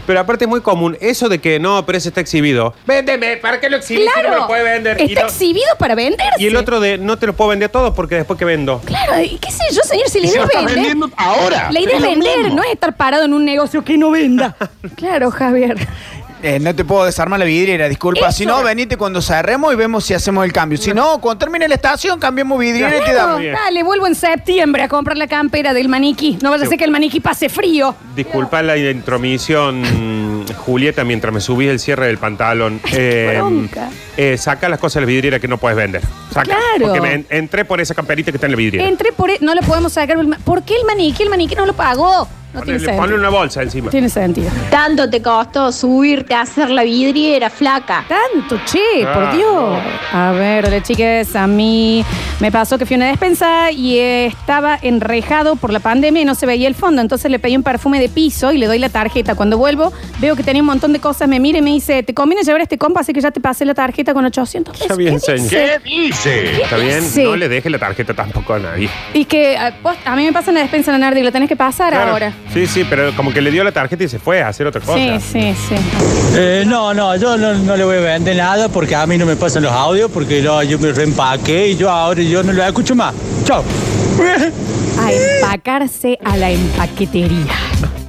S3: Pero aparte es muy común eso de que no, pero ese está exhibido. Véndeme, ¿para qué lo exhibís si no me lo puede vender? Y
S2: Está
S3: no-
S2: exhibido para venderse.
S3: Y el otro de no te los puedo vender todos porque después que vendo.
S2: Claro, y qué sé yo, señor, si
S3: Y
S2: la
S3: se
S2: idea
S3: lo
S2: es
S3: está
S2: vender.
S3: vendiendo ahora.
S2: La idea
S3: Es
S2: es
S3: lo
S2: vender,
S3: mismo.
S2: no es estar parado en un negocio que no venda. claro, Javier.
S10: Eh, no te puedo desarmar la vidriera, disculpa.
S2: Eso.
S10: Si no, venite cuando cerremos y vemos si hacemos el cambio. Si no, cuando termine la estación, cambiamos vidriera y te
S2: Claro,
S10: damos.
S2: dale, vuelvo en septiembre a comprar la campera del maniquí. No vaya a
S3: Sí.
S2: ser que el maniquí pase frío.
S3: Disculpa la intromisión, Julieta, mientras me subís el cierre del pantalón. Eh,
S2: bronca.
S3: eh, saca las cosas de la vidriera que no puedes vender. Saca.
S2: Claro.
S3: Porque me en- entré por esa camperita que está en la vidriera.
S2: Entré por. e- No lo podemos sacar. por el ma- ¿Por qué el maniquí? El maniquí no lo pagó. No
S3: Ponle,
S2: tiene sentido.
S3: ponle una bolsa encima.
S2: Tiene sentido.
S25: Tanto te costó subirte a hacer la vidriera flaca.
S2: Tanto, che,
S25: Ah,
S2: por Dios. A ver, le chiques, a mí me pasó que fui a una despensa y eh, estaba enrejado por la pandemia y no se veía el fondo. Entonces le pedí un perfume de piso y le doy la tarjeta. Cuando vuelvo, veo que tenía un montón de cosas. Me mira y me dice, te conviene llevar este compa, así que ya te pasé la tarjeta con 800 pesos.
S3: Está bien, señor.
S2: dice?
S26: ¿Qué dice?
S3: Está bien,
S2: dice?
S3: no le deje la tarjeta tampoco a nadie.
S2: Y que eh, vos- a mí me pasa en la despensa, Leonardo, y lo tenés que pasar
S3: Claro.
S2: ahora.
S3: Sí, sí, pero como que le dio la tarjeta y se fue a hacer otra cosa.
S2: Sí, sí, sí.
S12: Eh, no, no, yo no, no le voy a vender nada porque a mí no me pasan los audios porque yo, yo me reempaqué y yo ahora yo no lo escucho más. Chao.
S2: A empacarse a la empaquetería.